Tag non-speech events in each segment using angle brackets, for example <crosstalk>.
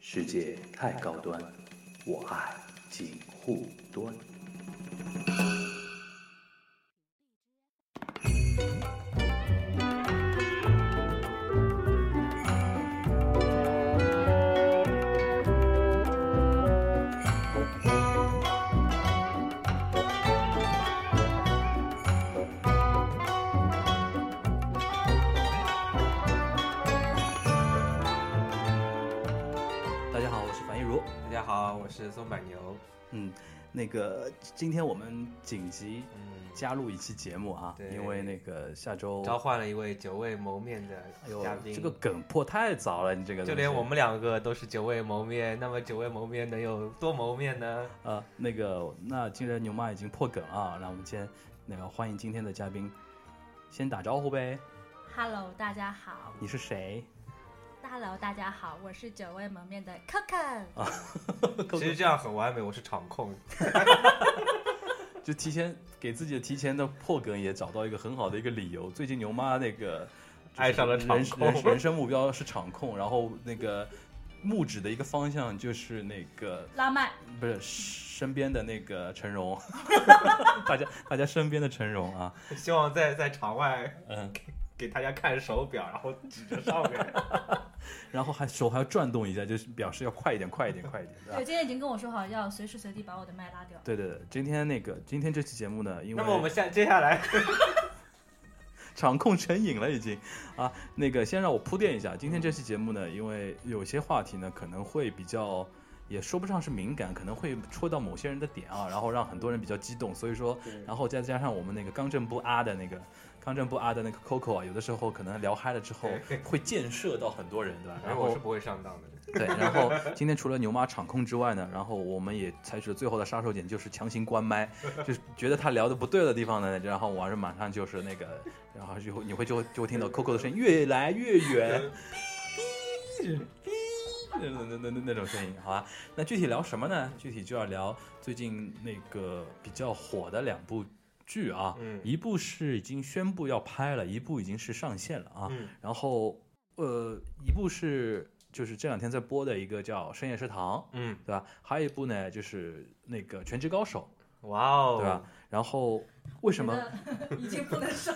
世界太高端，我爱锦护端。大家好，我是樊一茹。大家好，我是松板牛。嗯，那个今天我们紧急嗯，加入一期节目啊，对因为那个下周，嗯召唤了一位久未谋面的哎呦嘉，宾。这个梗破太早了，你这个东西就连我们两个都是久未谋面，那么久未谋面能有多谋 <laughs> 面呢？呃，那个那既然牛妈已经破梗了啊，那我们先那个欢迎今天的嘉宾，先打招呼呗， Hello，大家好你是谁？ ，Hello，大家好，我是久未谋面的 Coco。啊其实这样很完美，我是场控。 <laughs> 就提前给自己的提前的破梗也找到一个很好的一个理由。最近牛妈那个就是爱上了场人控人人生目标是场控，然后那个目指的一个方向就是那个拉麦，不是身边的那个陈 <laughs> 荣，大家大家身边的陈荣啊，希望在在场外嗯，给大家看手表，然后指着上面。然后还手还要转动一下，就是表示要快一点，快一点，快一点。对对，吧今天已经跟我说好要随时随地把我的麦拉掉。对对对，今天那个今天这期节目呢， <laughs> 因为那么我们下接下来， <laughs> 场控成瘾了已经啊。那个先让我铺垫一下，今天这期节目呢，因为有些话题呢可能会比较。也说不上是敏感，可能会戳到某些人的点啊，然后让很多人比较激动，所以说，哎然后再加上我们那个刚正不阿的那个刚正不阿的那个 Coco 啊，有的时候可能聊嗨了之后会建设到很多人，对吧？反然正后我是不会上当的。对，然后今天除了牛妈场控之外呢，然后我们也采取了最后的杀手锏，就是强行关麦，就是觉得他聊的不对的地方呢，然后我还是马上就是那个，然后就你会就就会听到 Coco 的声音越来越远，那那那那那种声音，好吧？那具体聊什么呢？具体就要聊最近那个比较火的两部剧啊，嗯一部是已经宣布要拍了，一部已经是上线了啊。嗯然后呃，一部是就是这两天在播的一个叫《深夜食堂》，嗯，对吧？还有一部呢就是那个《全职高手哇》，哦，对吧？？然后为什么？觉得 <laughs> 已经不能 <laughs> 说？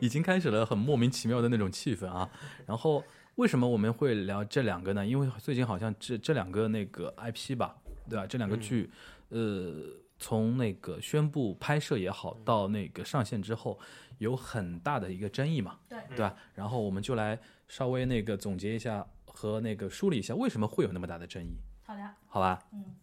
已经开始了很莫名其妙的那种气氛啊。然后为什么我们会聊这两个呢？因为最近好像这这两个那个 IP 吧，对吧？这两个剧，呃，从那个宣布拍摄也好，到那个上线之后，有很大的一个争议嘛，对对吧？然后我们就来稍微那个总结一下和那个梳理一下，为什么会有那么大的争议，好的，好吧？嗯，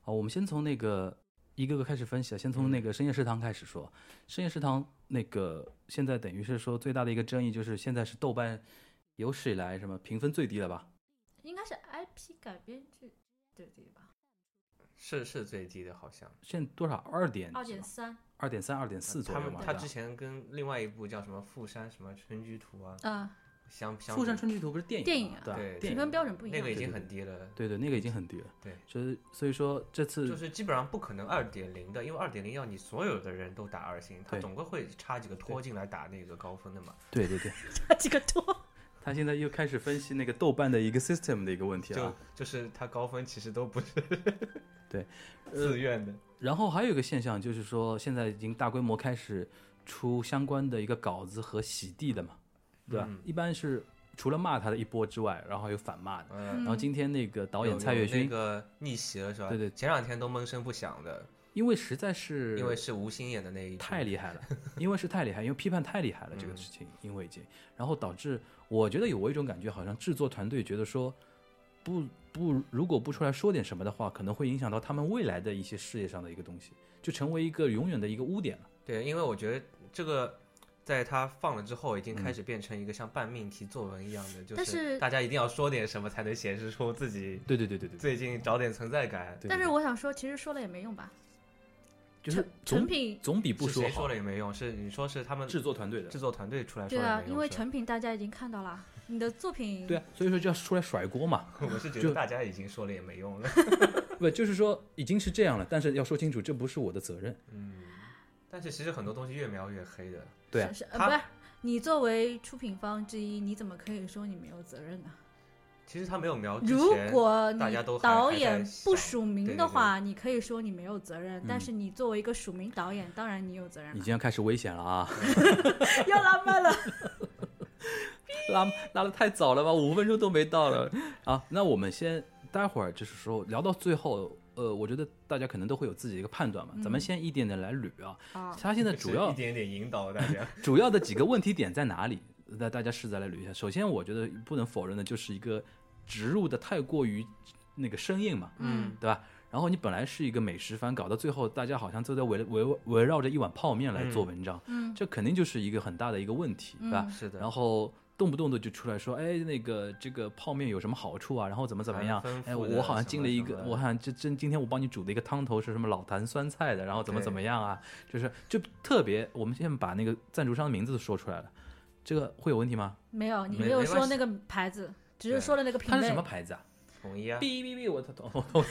好，我们先从那个一个个开始分析啊，先从嗯那个深夜食堂开始说。深夜食堂那个现在等于是说最大的一个争议就是现在是豆瓣有史以来什么评分最低了吧？应该是 IP 改编剧对对吧？是是最低的，好像。现在多少？二点二点三，二点三、二点四左他右们嘛。他对吧之前跟另外一部叫什么《富山什么春居图》啊，嗯，相相《富山比春剧图》不是电影电嘛影啊对吧对电评影分标准不一那样个。已经对很低了。对对，那个已经很低了。对，就是所以说这次就是基本上不可能二点零的，因为二点零要你所有的人都打二星，他对总归会插几个拖进来打那个高分的嘛。对对对， <laughs> 差几个多，他现在又开始分析那个豆瓣的一个 system 的一个问题就啊。就是他高分其实都不是 <laughs> 对 <laughs> 自愿的，然后还有一个现象就是说，现在已经大规模开始出相关的一个稿子和洗地的嘛，对吧？嗯一般是除了骂他的一波之外，然后还有反骂的。嗯，然后今天那个呃导演有蔡有岳那勋，个逆袭了是吧？对对前两天都闷声不响的，因为实在是因为是吴昕演的那一部太厉害了， <laughs> 因为是太厉害，因为批判太厉害了这嗯个事情，因为已经，然后导致我觉得有我一种感觉，好像制作团队觉得说，不不，如果不出来说点什么的话，可能会影响到他们未来的一些事业上的一个东西，就成为一个永远的一个污点了。对，因为我觉得这个在他放了之后，已经嗯开始变成一个像半命题作文一样的，就但是大家一定要说点什么才能显示出自己对对对对对最近找点存在感。对。但是对我想说，其实说了也没用吧？就是成总成品总比不是谁好说。了也没用，是你说是他们制作团队的制作团队出来说对也啊，没用因为是吧成品大家已经看到了，你的作品对啊，所以说就要出来甩锅嘛， <laughs> 我是觉就得大家已经说了也没 <laughs> 用了。不就是说已经是这样了，但是要说清楚，这不是我的责任。嗯，但是其实很多东西越描越黑的。对啊是是呃他不是你作为出品方之一，你怎么可以说你没有责任呢？其实他没有瞄之如前，果大你家都还导还演在不想署名对的对对话，你可以说你没有责任，但嗯是你作为一个署名导演，当然你有责任已了。 <laughs> 经要开始危险了 <laughs> 啊！要拉麦了，拉拉的太早了吧，五分钟都没到了 <laughs> 啊！那我们先待会儿就是说聊到最后，呃，我觉得大家可能都会有自己的一个判断嘛，咱们嗯先一点点来捋啊。啊，他现 <laughs> 在就主是要一点点引导大 <laughs> 家。主要的几个问题点在哪里？那大家试着来捋一下。首先，我觉得不能否认的就是一个植入的太过于那个生硬嘛，嗯对吧？然后你本来是一个美食番，搞到最后大家好像都在围围围绕着一碗泡面来做文章，嗯这肯定就是一个很大的一个问题，对吧？嗯是的，然后动不动的就出来说，哎，那个这个泡面有什么好处啊？然后怎么怎么样含？哎，丰富我的我好像什么进了一个什，么我好像这真今天我帮你煮的一个汤头是什么老坛酸菜的，然后怎么对怎么样啊？就是就特别，我们现在把那个赞助商的名字都说出来了，这个会有问题吗？没有，你没没有没说关系那个牌子，只对是说了那个品它类。是什么牌子啊？统一啊，哔哔哔！我同我同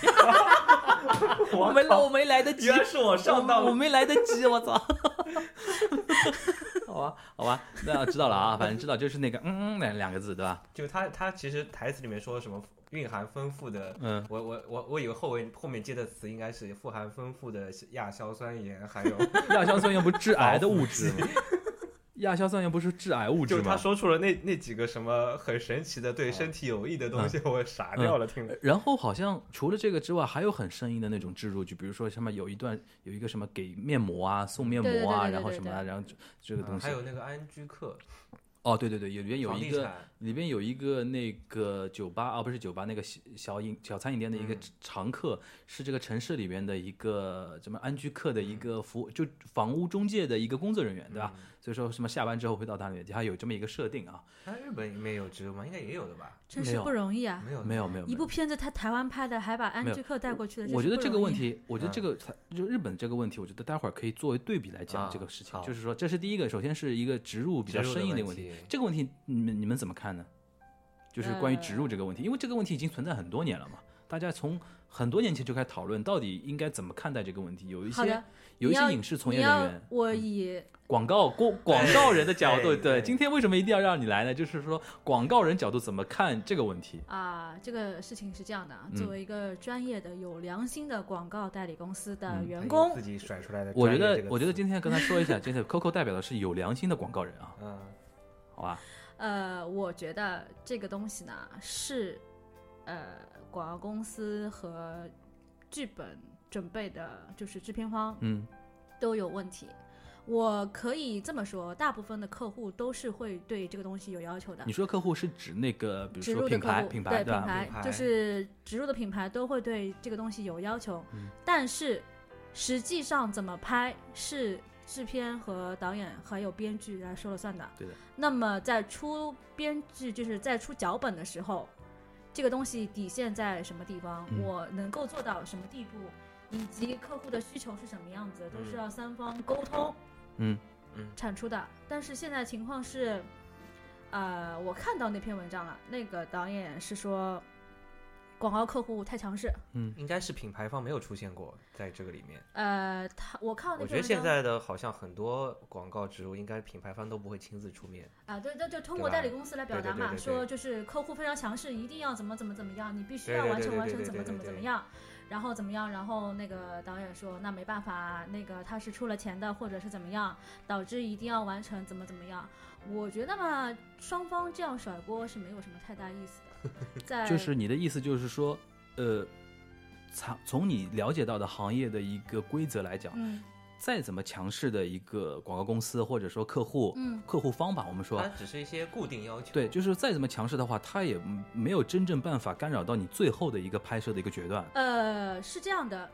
<laughs> 我没我没来得及 <laughs> 原来是我上当我，了我没来得及，我操！好吧，好吧，那知道了啊，反正知道就是那个嗯嗯那两个字，对吧？就他他其实台词里面说什么蕴含丰富的，嗯，我我我我以为后面后面接的词应该是富含丰富的亚硝酸盐，还有亚硝酸盐不是致癌的物质吗？亚硝酸盐不是致癌物质就吗？哦他说出了那那几个什么很神奇的对身体有益嗯的东西，我傻掉了，听了。然后好像除了这个之外，还有很生硬的那种植入，就比如说什么有一段有一个什么给面膜啊，送面膜啊，对对对对对然后什么啊，然后这这个东嗯西还。有那个安居客，哦，对对对，里边有房一地个产里边有一个那个酒吧啊，不是酒吧，那个小小饮小餐饮店的一个嗯常客，是这个城市里边的一个什么安居客的一嗯个服务，就房屋中介的一个工作人员，对吧？？所以说什么下班之后会到他那里，还有这么一个设定啊。那、日本里面有植入吗？应该也有的吧？真没是有不容易啊！没有，没有没有，没一有。部片子他台湾拍的，还把安没有居客带过去的，我觉真得是不这个问容易，题，我觉得嗯这个就日本这个问题，我觉得待会儿可以作为对比来讲啊这个事情。好就是说，这是第一个，首先是一个植入比较植入的生硬的问问题题。这个问题你们你们怎么看呢？就是关于植入这个嗯问题，因为这个问题已经存在很多年了嘛，大家从很多年前就开始讨论到底应该怎么看待这个问题。有一好些的有一你些要影视从你业人要员。嗯我以广告广广告人的角 <laughs> 度，对对，对今天为什么一定要让你来呢？就是说广告人角度怎么看这个问 <laughs> 题？啊，这个事情是这样的啊，嗯作为一个专业的、有良心的广告代理公司的嗯员工自，己甩出来的。我觉得，我觉得这，今天跟他说一下，今天 Coco 代表的是有良心的广告人啊，嗯，好吧？呃，我觉得这个东西呢是，呃，广告公司和剧本准备的，就是制片方嗯都有问题。我可以这么说，大部分的客户都是会对这个东西有要求的，。你说客户是指那个，比啊植如说入的品客牌，户，品牌对吧？牌品牌就是植入的品牌都会对这个东西有要求，嗯但是实际上怎么拍是制片和导演还有编剧来说了算的。对的。那么在出编剧就是在出脚本的时候，这个东西底线在什么地方？嗯我能够做到什么地步？以及客户的需求是什么样子，都是嗯要三方沟通。嗯产出的。但是现在情况是，呃，我看到那篇文章了，那个导演是说，广告客户太强势。应该是品牌方没有出现过在这个里面。呃，他我看到那我觉得篇文章现在的好像很多广告植入，应该品牌方都不会亲自出面。啊，对，那就通对过吧代理公司来表达对嘛，对对对对说就是客户非常强势，一定要怎么怎么怎么样，你必须对要对完对成对完对成对怎么对怎么对怎么样，然后怎么样，然后那个导演说那没办法，那个他是出了钱的，或者是怎么样，导致一定要完成怎么怎么样。我觉得嘛，双方这样甩锅是没有什么太大意思的， <laughs> 在就是你的意思就是说，呃，从从你了解到的行业的一个规则来讲，嗯再怎么强势的一个广告公司或者说客户、嗯客户方吧，我们说它，只是一些固定要求。对，就是再怎么强势的话，他也没有真正办法干扰到你最后的一个拍摄的一个决断。呃，是这样的，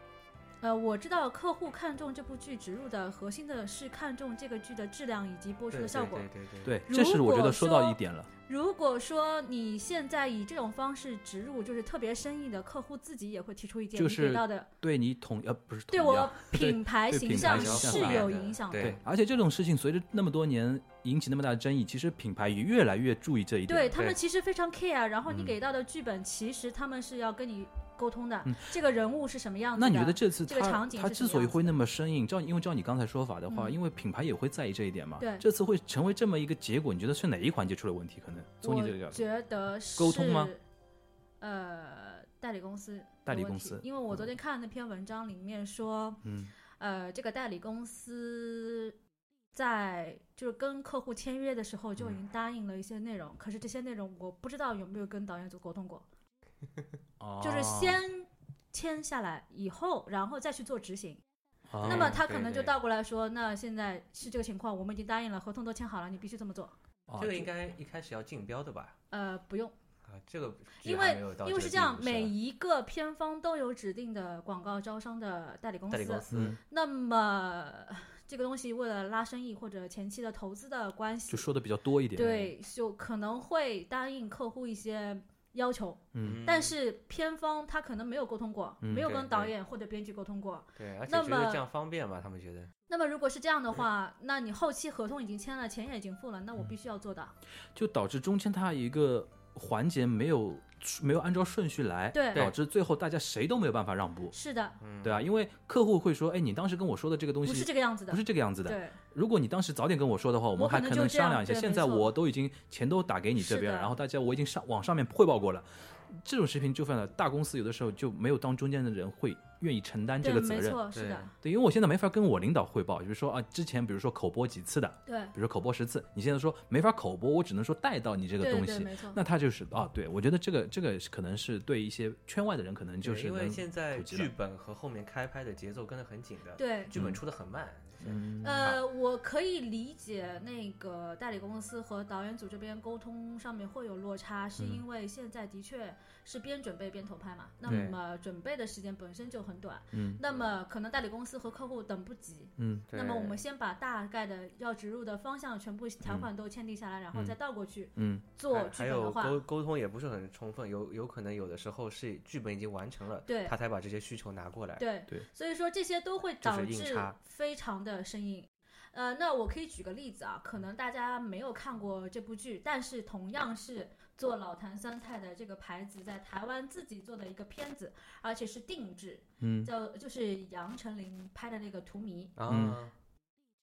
呃，我知道客户看重这部剧植入的核心的是看重这个剧的质量以及播对出的效果。对对对对。对，如这是我觉得果说到说一点了。如果说你现在以这种方式植入，就是特别生硬的，客户自己也会提出意见。就你是给到的对你统呃不是对统一啊我品牌对形品牌象形象是方面有的影响对对，而且这种事情随着那么多年引起那么大的争议，其实品牌也越来越注意这一点。对他对们其实非常 care，然后你嗯给到的剧本，其实他们是要跟你沟通的，嗯这个人物是什么啊样子的。那你觉得这次这个他场景他是之什么所以样子会那么生硬，照因为照你刚才说法的话，嗯因为品牌也会在意这一点嘛。对这次会成为这么一个结果，你觉得是哪一环节出了问题？可能从你这个角我度，觉得是沟通吗？呃代理公司的代理问公题司因为我昨天看那篇文章里面说，嗯呃，这个代理公司在就是跟客户签约的时候就已经答应了一些内容，可是这些内容我不知道有没有跟导演组沟通过，哦啊就是先签下来以后，然后再去做执行。哦那么嗯他对可能就对倒过来说，那现在是这个情况，我们已经答应了，合同都签好了，你必须这么做。哦这个应该一开始要竞标的吧？呃，不用，啊，这个因还为没有到因为个是地这样，步每吧一个片方都有指定的广告招商的代理公代理公司。司嗯那么这个东西为了拉生意或者前期的投资的关系就，说的比较多一点，，对，就可能会答应客户一些要求，嗯但是片方他可能没有沟通过，嗯没有对跟导对演或者编剧沟通过。对，而且那觉得么这样方便嘛？他们觉得那么如果是这样的话，那你后期合同已经签了，钱也已经付了，那嗯我必须要做到。就导致中间它一个环节没有没有按照顺序来，对导致最后大家谁都没有办法让步，是的，嗯对啊，因为客户会说，哎，你当时跟我说的这个东不西是这个样子的。不是这个样子的，对，如果你当时早点跟我说的话，我们我可还能能就这样商量一下。对现没在错我都已经钱都打给你这是边了，的然后大家我已经上往上面汇报过了，这种事情就犯了。大公司有的时候就没有当中间的人会愿意承担这对，个责没任。错，是的，对，因为我现在没法跟我领导汇报，比如说啊，之前比如说口播几次的，对，比如说口播十次，你现在说没法口播，我只能说带到你这个对东对，西。没错。那他就是啊，对我觉得这个这个是可能是对一些圈外的人，可能就对是因为能现在普及了剧本和后面开拍的节奏跟得很紧的，对，剧本嗯出的很慢，嗯呃，我可以理解那个代理公司和导演组这边沟通上面会有落差，是因为现在的确是边准备边投拍嘛，那嗯对么准备的时间本身就很短，嗯那么可能代理公司和客户等不及，嗯那么我对们先把大概的要植入的方向全部条款都签订下来，然后再倒过去嗯做嗯还还剧本的有话，沟沟通也不是很充分，有有可能有的时候是剧本已经完成了，对他才把这些需求拿过来。对对所以说这些都会导就是致硬插非常的生硬。呃，那我可以举个例子啊，可嗯能大家没有看过这部剧，但是同样是做老坛酸菜的这个牌子在台湾自己做的一个片子，而且是定制，嗯叫就是杨丞琳拍的那个《荼蘼》，嗯啊，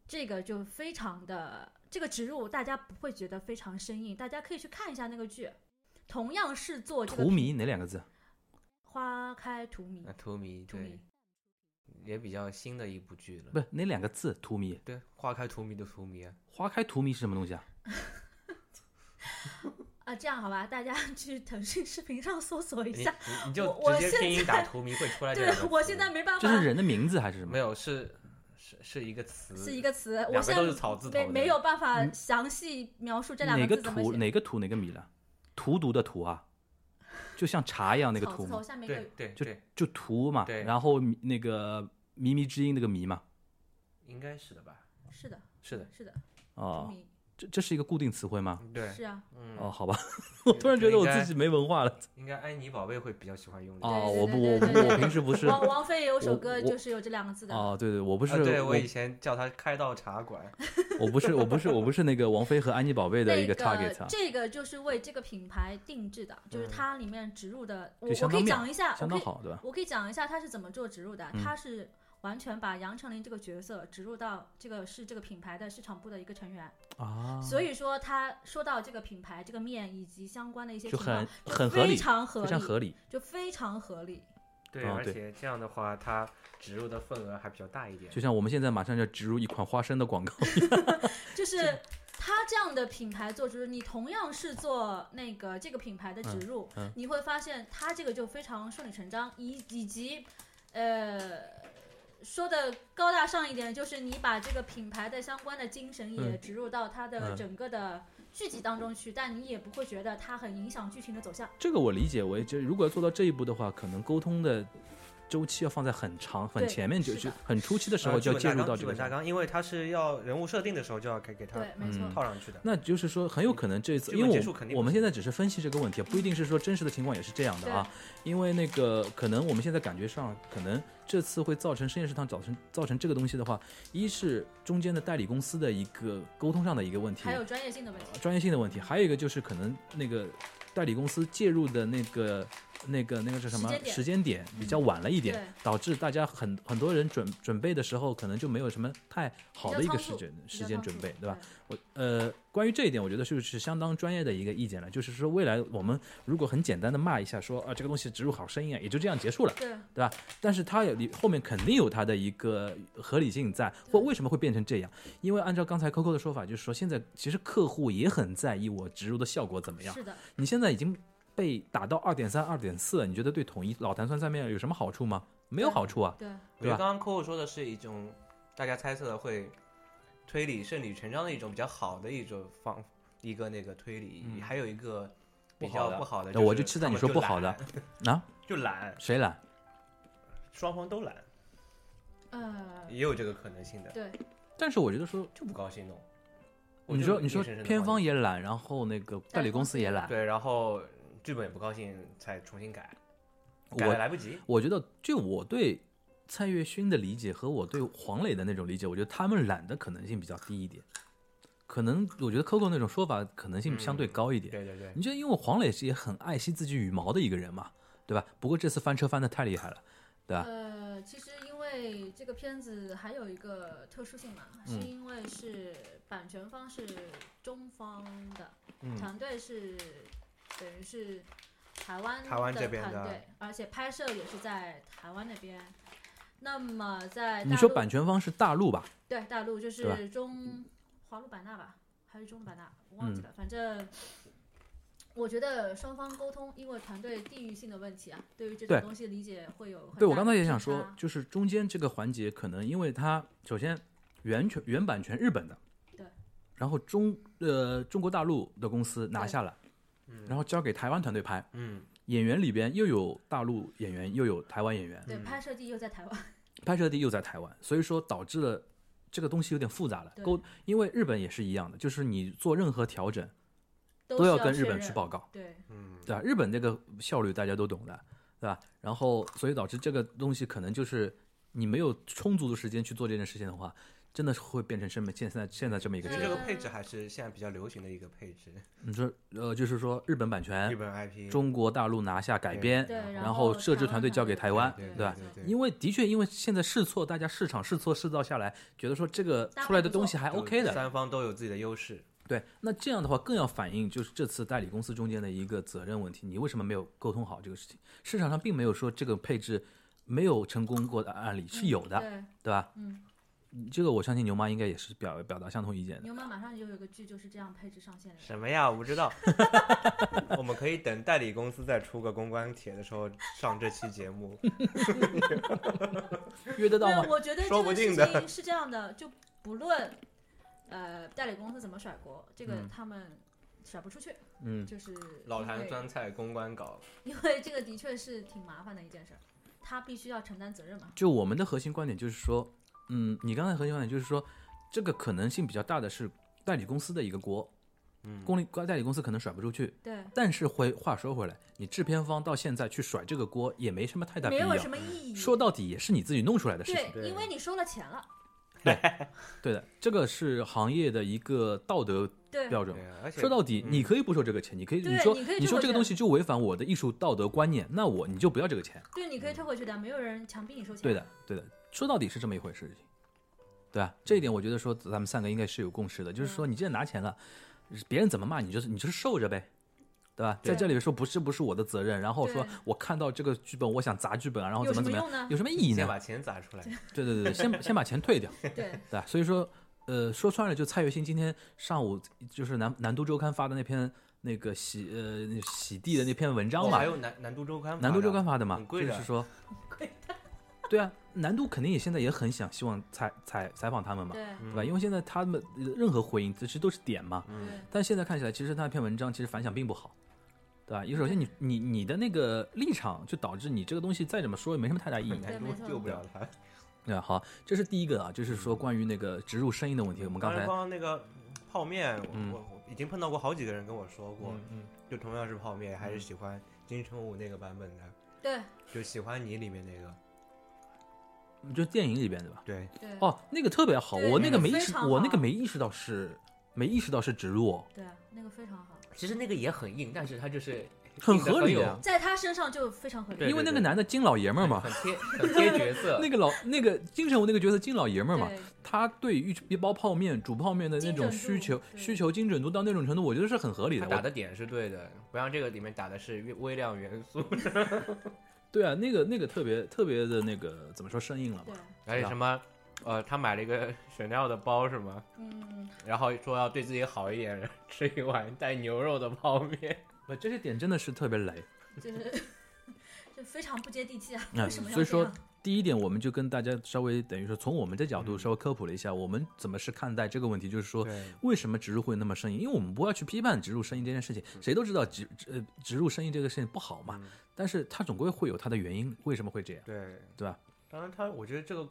这个就非常的这个植入，大家不会觉得非常生硬，大家可以去看一下那个剧，同样是做这个荼蘼哪两个字？花开荼蘼那，荼蘼荼蘼嗯对，也比较新的一部剧了。不是哪两个字？荼蘼，对，花开荼蘼的荼蘼啊，花开荼蘼是什么东西啊？啊，这样好吧，大家 <laughs> 去腾讯视频上搜索一哎你下。你你就我我直接现拼音打在荼蘼会出来这对两个词。我现在没办这法是，人的名字还是什么没？有是是是一个词，是一个词，我两现个都是在草字头没的没有办法详细描述这两嗯哪个个字怎么荼写。哪个荼哪个米了？荼毒的荼啊，就像茶一样那个草荼字头嘛，下面一对个对就对，就荼嘛。对然后米那个靡靡之音那个靡嘛。应该是的吧？是的，是的，是的，哦，迷这这是一个固定词汇吗？对，是啊，哦，嗯，好吧， <laughs> 我突然觉得我自己没文化了。应该安妮宝贝会比较喜欢用这个。哦，对我不我对不对对对我平时不是。王王菲也有首我歌我就是有这两个字的，哦，对对，我不不是啊对我以前叫他开到茶馆，我不是我不是我不是那个王菲和安妮宝贝的那一个 target 个啊。嗯这个就是为这个品牌定制的，就是它里面植入的，我就我相可以当妙讲一下，我相可当以好，对吧？我可以讲一下它是怎么做植入的，嗯它是完全把杨丞琳这个角色植入到这个是这个品牌的市场部的一个成员。啊，所以以说，他说到这个品牌、这个面以及相关的一些就情况很很合非理，常合非常理，合理。就非常合理。对，哦而对且这样的话，它植入的份额还比较大一点就。像我们现在马上就要植入一款花生的广告。就是他这样的品牌做植入，你同样是做那个这个品牌的植入，嗯嗯你会发现他这个就非常顺理成章，以以及呃。说的高大上一点，就是你把这个品牌的相关的精神也嗯植入到它的嗯整个的剧集当中去，但你也不会觉得它很影响剧情的走向。这个我理解为，这如果要做到这一步的话，可能沟通的周期要放在很长、很对前面，就是就的很初期的时呃候就要基本介入大纲到基这本大个。纲，因为它是要人物设定的时候就要给给它对，没错。嗯套上去的。那就是说，很有可能这一次，嗯基因本为结束我肯定我不们是现在只是分析这个问题，不一定是说真实的情况也是这样的啊。因为那个可能我们现在感觉上，可能这次会造成深夜食堂造成造成这个东西的话，一是中间的代理公司的一个沟通上的一个问题，还有专业性的问题。专业性的问题，还有一个就是可能那个代理公司介入的那个那个那个是什么时间点嗯时间点比较晚了一点，对导致大家很很多人准准备的时候可能就没有什么太好的一个比较时仓促间比时较间仓准促备，对吧？？我呃，关于这一点，我觉得就是相当专业的一个意见了。就是说，未来我们如果很简单的骂一下说啊这个东西植入好声音啊，也就这样结束了，对，对吧？但是它有里后面肯定有它的一个合理性在，或为什么会变成这样？因为按照刚才 Coco 的说法，就是说现在其实客户也很在意我植入的效果怎么样。是的，你现在已经被打到二点三、二点四，你觉得对统一老坛酸菜面有什么好处吗？没有好处啊。对，我觉得刚刚 Coco 说的是一种大家猜测的会推理顺理成章的一种比较好的一种方一个那个推理，嗯还有一个比不好较的不好的，那我就就是期待他你们说就不好懒啊， <laughs> 就懒，谁懒？双方都懒，呃，也有这个可能性的，对，但是我觉得说，就不高兴弄。我你就说你硬说生生地片放方弃也懒，然后那个代理公司也懒，对，然后剧本也不高兴，才重新改，改我了来不及。我觉得，就我对蔡岳勋的理解和我对黄磊的那种理解，我觉得他们懒的可能性比较低一点。可能我觉得 Coco 那种说法可能性相对高一点。对对对，你觉得，因为黄磊是也很爱惜自己羽毛的一个人嘛，对吧？不过这次翻车翻的太厉害了，对吧？呃，其实因为这个片子还有一个特殊性嘛，是嗯因为是版权方是中方的，嗯团队是等于是台湾台湾这边的团队，而且拍摄也是在台湾那边。那么在哎大你说陆版权方是大陆吧？对大陆就对嗯是中华鲁版纳吧，还是中鲁版纳，我忘记了，反正。我觉得双方沟通，因为团队地域性的问题啊，对于这种对东西理解会啊有很对我大刚的才也偏想说差，就是中间这个环节，可能因为它首先原权原版权日本的，对，然后中呃中国大陆的公司拿下了，嗯然后交给台湾团队拍，嗯，演员里边又有大陆演员，又有台湾演员，对，嗯拍摄地又在台湾，拍摄地又在台湾，所以说导致了这个东西有点复杂了。对沟，因为日本也是一样的，就是你做任何调整都都需要要跟日确本认去。报告，对，嗯，对吧？日本这个效率大家都懂的，对吧？然后所以导致这个东西可能就是你没有充足的时间去做这件事情的话，真的是会变成这么现在现在这么一个其结实果。这个配置还是现在比较流行的一个配置，你说呃，就是说日本版日权，本 IP 哎中国大陆拿下改对编，对，嗯然后后摄制台团湾队交给台湾对对吧对对，因为的确，因为现在试错，大家市场试错试造下来，觉得说这个出来的东西还就 OK 的，三方都有自己的优势。对。那这样的话，更要反映就是这次代理公司中间的一个责任问题，你为什么没有沟通好这个事情？市场上并没有说这个配置没有成功过的案例是有的，嗯对，对吧？嗯，这个我相信牛妈应该也是表表达相同意见的。牛妈马上就有一个剧就是这样配置上 <laughs> 线的，什么呀？我不知道。 <laughs> 我们可以等代理公司再出个公关帖的时候上这期节目。约得到没有吗？我觉得说这不个事定的情是这样的，就不论呃代理公司怎么甩锅，这个嗯他们甩不出去，嗯，就是老因坛为酸菜公关稿，因为这个的确是挺麻烦的一件事儿，他必须要承担责任嘛。就我们的核心观点就是说，嗯，你刚才核心观点就是说，这个可能性比较大的是代理公司的一个锅，嗯，公理代理公司可能甩不出去，对，但是回话说回来，你制片方到现在去甩这个锅也没什么太大必没有要。什么意义。说到底也是你自己弄出来的事情，对，因为你收了钱了，对的，这个是行业的一个道德对标准对。啊，而且说到底，嗯你可以不收这个钱，你可以对你说你可以你这说么这个觉得东西就违反我的艺术道德观念，那我你就不要这个钱。对，你可以退回去的，没有人强逼你收钱。对的，，对的，说到底是这么一回事情，对吧？这一点我觉得说咱们三个应该是有共识的，就是说你既然拿钱了，别人怎么骂你就是你就是受着呗，对吧？对在这里说不是不是我的责任，然后说对我看到这个剧本我想砸剧本啊，然后有怎什么么怎么样，用呢？有什么意义先呢？把钱砸出来，对对对对，先先把钱退掉， <laughs> 对，对吧？所以说，呃，说穿了，就蔡岳新今天上午就是南南都周刊发的那篇那个洗呃那洗地的那篇文章哦嘛还，有南南都周刊发的，南都周刊发的嘛很，贵就的是说贵的，对啊，南都肯定也现在也很想希望采采采访他们嘛，对，对嗯吧？因为现在他们呃任何回应其实都是点嘛，对嗯，，但现在看起来，其实他那篇文章其实反响并不好，对吧？因为首先你你你的那个立场就导致你这个东西再怎么说也没什么太大意义，南没都错救不了他。对吧？好，这是第一个啊，就是说关于那个植入声音的问题，我们刚当然才光那个泡面，我嗯我我已经碰到过好几个人跟我说过，嗯就同样是泡面，还是喜欢金城武那个版本的，对，就喜欢你里面那个。嗯，就电影里边对吧？对，对，哦，那个特别好，对我那个没那意个识非，常我那个好没意识到是没意识到是植入哦，对，那个非常好。其实那个也很硬，但是它就是很印得合理有啊在他身上就非常合理。对因为那个男的金老爷们儿嘛，很 <laughs> 贴很贴角色那。个老那个金城武那个角色金老爷们儿嘛，对他对一一包泡面煮泡面的那种精需准度求对需求精准度到那种程度，我觉得是很合理他的。打我的点是对的，不像这个里面打的是微微量元素，对啊，那个那个特别特别的那个怎么说生硬了嘛？对，而且什么，呃，他买了一个 <laughs> 选料的包是吗？嗯，然后说要对自己好一点，吃一碗带牛肉的泡面。不，这些点真的是特别雷。就是 <laughs> 就非常不接地气啊。嗯为什么要所以这样说第一点，我们就跟大家稍微等于说从我们的角嗯度稍微科普了一下，我们怎么是看待这个问题，就是说对，为什么植入会那么生硬？因为我们不要去批判植入生硬这件事情，嗯谁都知道植植呃植入生硬这个事情不好嘛嗯，但是它总归会有它的原因，为什么会这样，对，对吧？当然他我觉得这个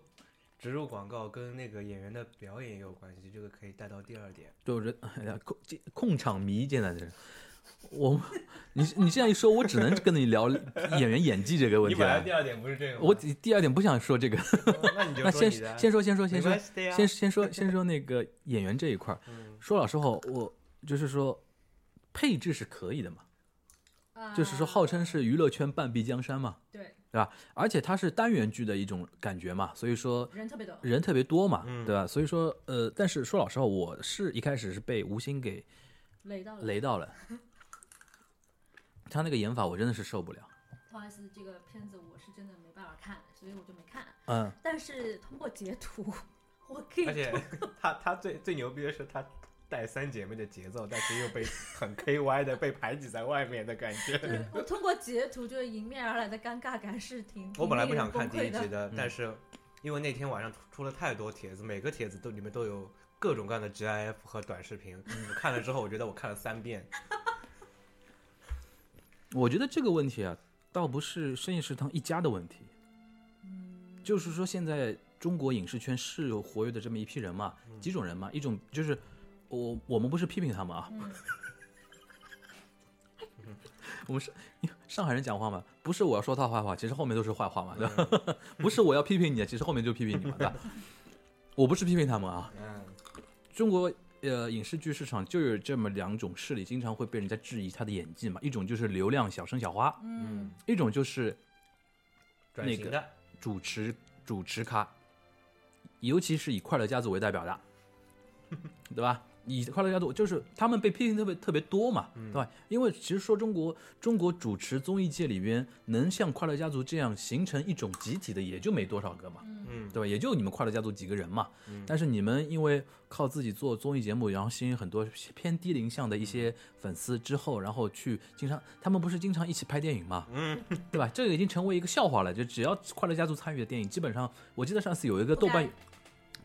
植入广告跟那个演员的表演也有关系，这个可以带到第二点。对，我觉得哎呀控这控场迷现在这是，我你你这样一说，我只能跟你聊演员演技这个问你题本来了第。二点不是这个吗，我第第二点不想说这个，哦那你就那说先你的，先说先说先没说关系啊的呀。先先说先说那个演员这一块儿，嗯说老实话，我就是说配置是可以的嘛，啊就是说号称是娱乐圈半壁江山嘛，对对吧？而且它是单元剧的一种感觉嘛，所以说人特别多，人特别多嘛，嗯对吧？所以说呃，但是说老实话，我是一开始是被吴昕给雷到了。雷到了，他那个演法我真的是受不了，不好意思，这个片子我是真的没办法看，所以我就没看。嗯，但是通过截图，我可而以且 <laughs> 他他最最牛逼的是他带三姐妹的节奏，但是 <laughs> 又被很 K Y 的被排挤在外面的感就觉。是我通过截图，就是迎面而来的尴尬感是挺。我本来挺不令想人崩看第一溃的集的，嗯但是因为那天晚上出出了太多帖子，每个帖子都里面都有各种各样的 GIF 和短视 <laughs> 频。我看了之后，我觉得我看了三遍。我觉得这个问题啊，倒不是深夜食堂一家的问题，就是说现在中国影视圈是有活跃的这么一批人嘛，几种人嘛，一种就是我我们不是批评他们啊， <laughs> 嗯，我们是上海人讲话嘛，不是我要说他坏话，其实后面都是坏话嘛，对吧？ <laughs> 不是我要批评你，其实后面就批评你嘛，对吧？我不是批评他们啊，嗯，中国呃影视剧市场就有这么两种势力，经常会被人家质疑他的演技嘛，一种就是流量小生小花，嗯，一种就是转型的，主持主持咖，尤其是以快乐家族为代表的， <laughs> 对吧？以快乐家族就是他们被批评特别特别多嘛，对吧？因为其实说中国中国主持综艺界里边能像快乐家族这样形成一种集体的也就没多少个嘛，嗯，对吧？也就你们快乐家族几个人嘛。但是你们因为靠自己做综艺节目，然后吸引很多偏低龄向的一些粉丝之后，然后去经常他们不是经常一起拍电影嘛，嗯，对吧？这个已经成为一个笑话了。就只要快乐家族参与的电影，基本上我记得上次有一个不豆瓣该。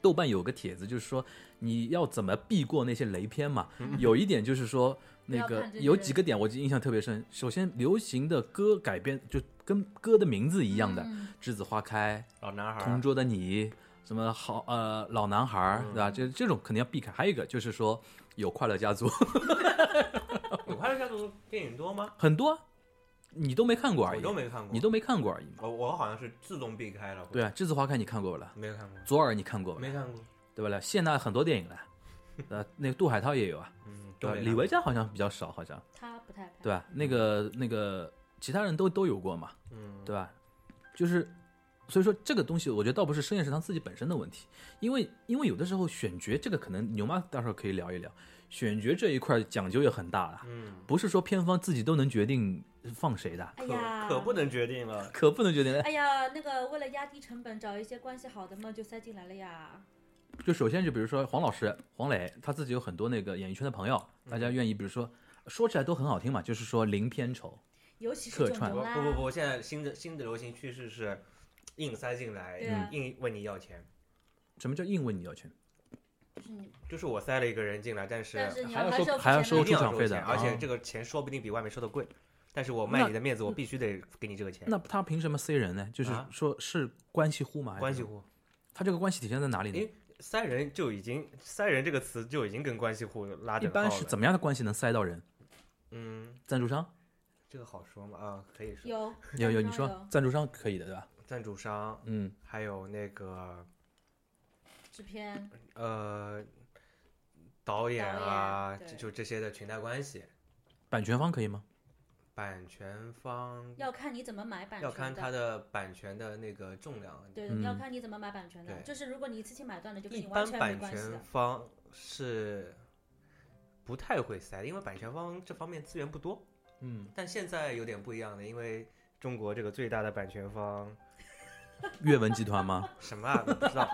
豆瓣有个帖子，就是说你要怎么避过那些雷片嘛。嗯有一点就是说，不要那个看这些有几个点我印象特别深。首先，流行的歌改编就跟歌的名字一样的，嗯栀子花开》 <laughs> 老男孩同儿，桌的你，什么好呃老男孩儿，嗯对吧？这这种肯定要避开。还有一个就是说有快乐家族有快乐家族电影多吗？很多啊，你都没看过而我已都，没看过，你都没看过而已嘛。我我好像是自动避开了。对，啊，栀子花开你看过不啦？没有看过，左耳你看过吧？没看过，对吧？啦？谢娜很多电影了，呃，那个杜海涛也有啊，嗯，都对吧没看李过维嘉好像比较少，好像他不太拍对吧？那个那个其他人都都有过嘛，嗯，对吧？就是所以说这个东西，我觉得倒不是深夜食堂自己本身的问题，因为因为有的时候选角这个可能牛妈到时候可以聊一聊，选角这一块讲究也很大了，嗯，不是说片方自己都能决定放谁的，哎可呀，可不。能决定了。可不能决定。哎呀，那个为了压低成本，找一些关系好的嘛，就塞进来了呀。就首先就比如说黄老师黄磊，他自己有很多那个演艺圈的朋友，嗯大家愿意比如说说起来都很好听嘛，就是说零片酬，尤其是客囧串囧不啦，不不，现在新的新的流行趋势是硬塞进来对啊，硬问你要钱。什么叫硬问你要钱？就是你就是我塞了一个人进来，但是但是你还要要还是说还要收出一要付钱的定要场费的钱，而且哦这个钱说不定比外面收的贵，但是我卖你的面子，我必须得给你这个钱。那他凭什么塞人呢？就是啊说是关系户吗？还是关系什么，户他这个关系体现在哪里呢？诶塞人就已经塞人这个词就已经跟关系户拉一等号般是了怎么样的关系能塞到人？嗯，赞助商这个好说嘛啊，可以说有有有，有你说有赞助商可以的，对吧？赞助商，嗯，还有那个制片，呃导演导演啊，对就就这些的裙带关系。版权方可以吗？版权方要看你怎么买版权要的。看它的版权的那个重量。对，嗯你要看你怎么买版权的。对就是如果你一次性买断了，就跟一你完般全没版关系权的。方是不太会塞，因为版权方这方面资源不多。嗯，但现在有点不一样了，因为中国这个最大的版权方阅文集团 <laughs> 吗？什么 <laughs> 啊，我不知道，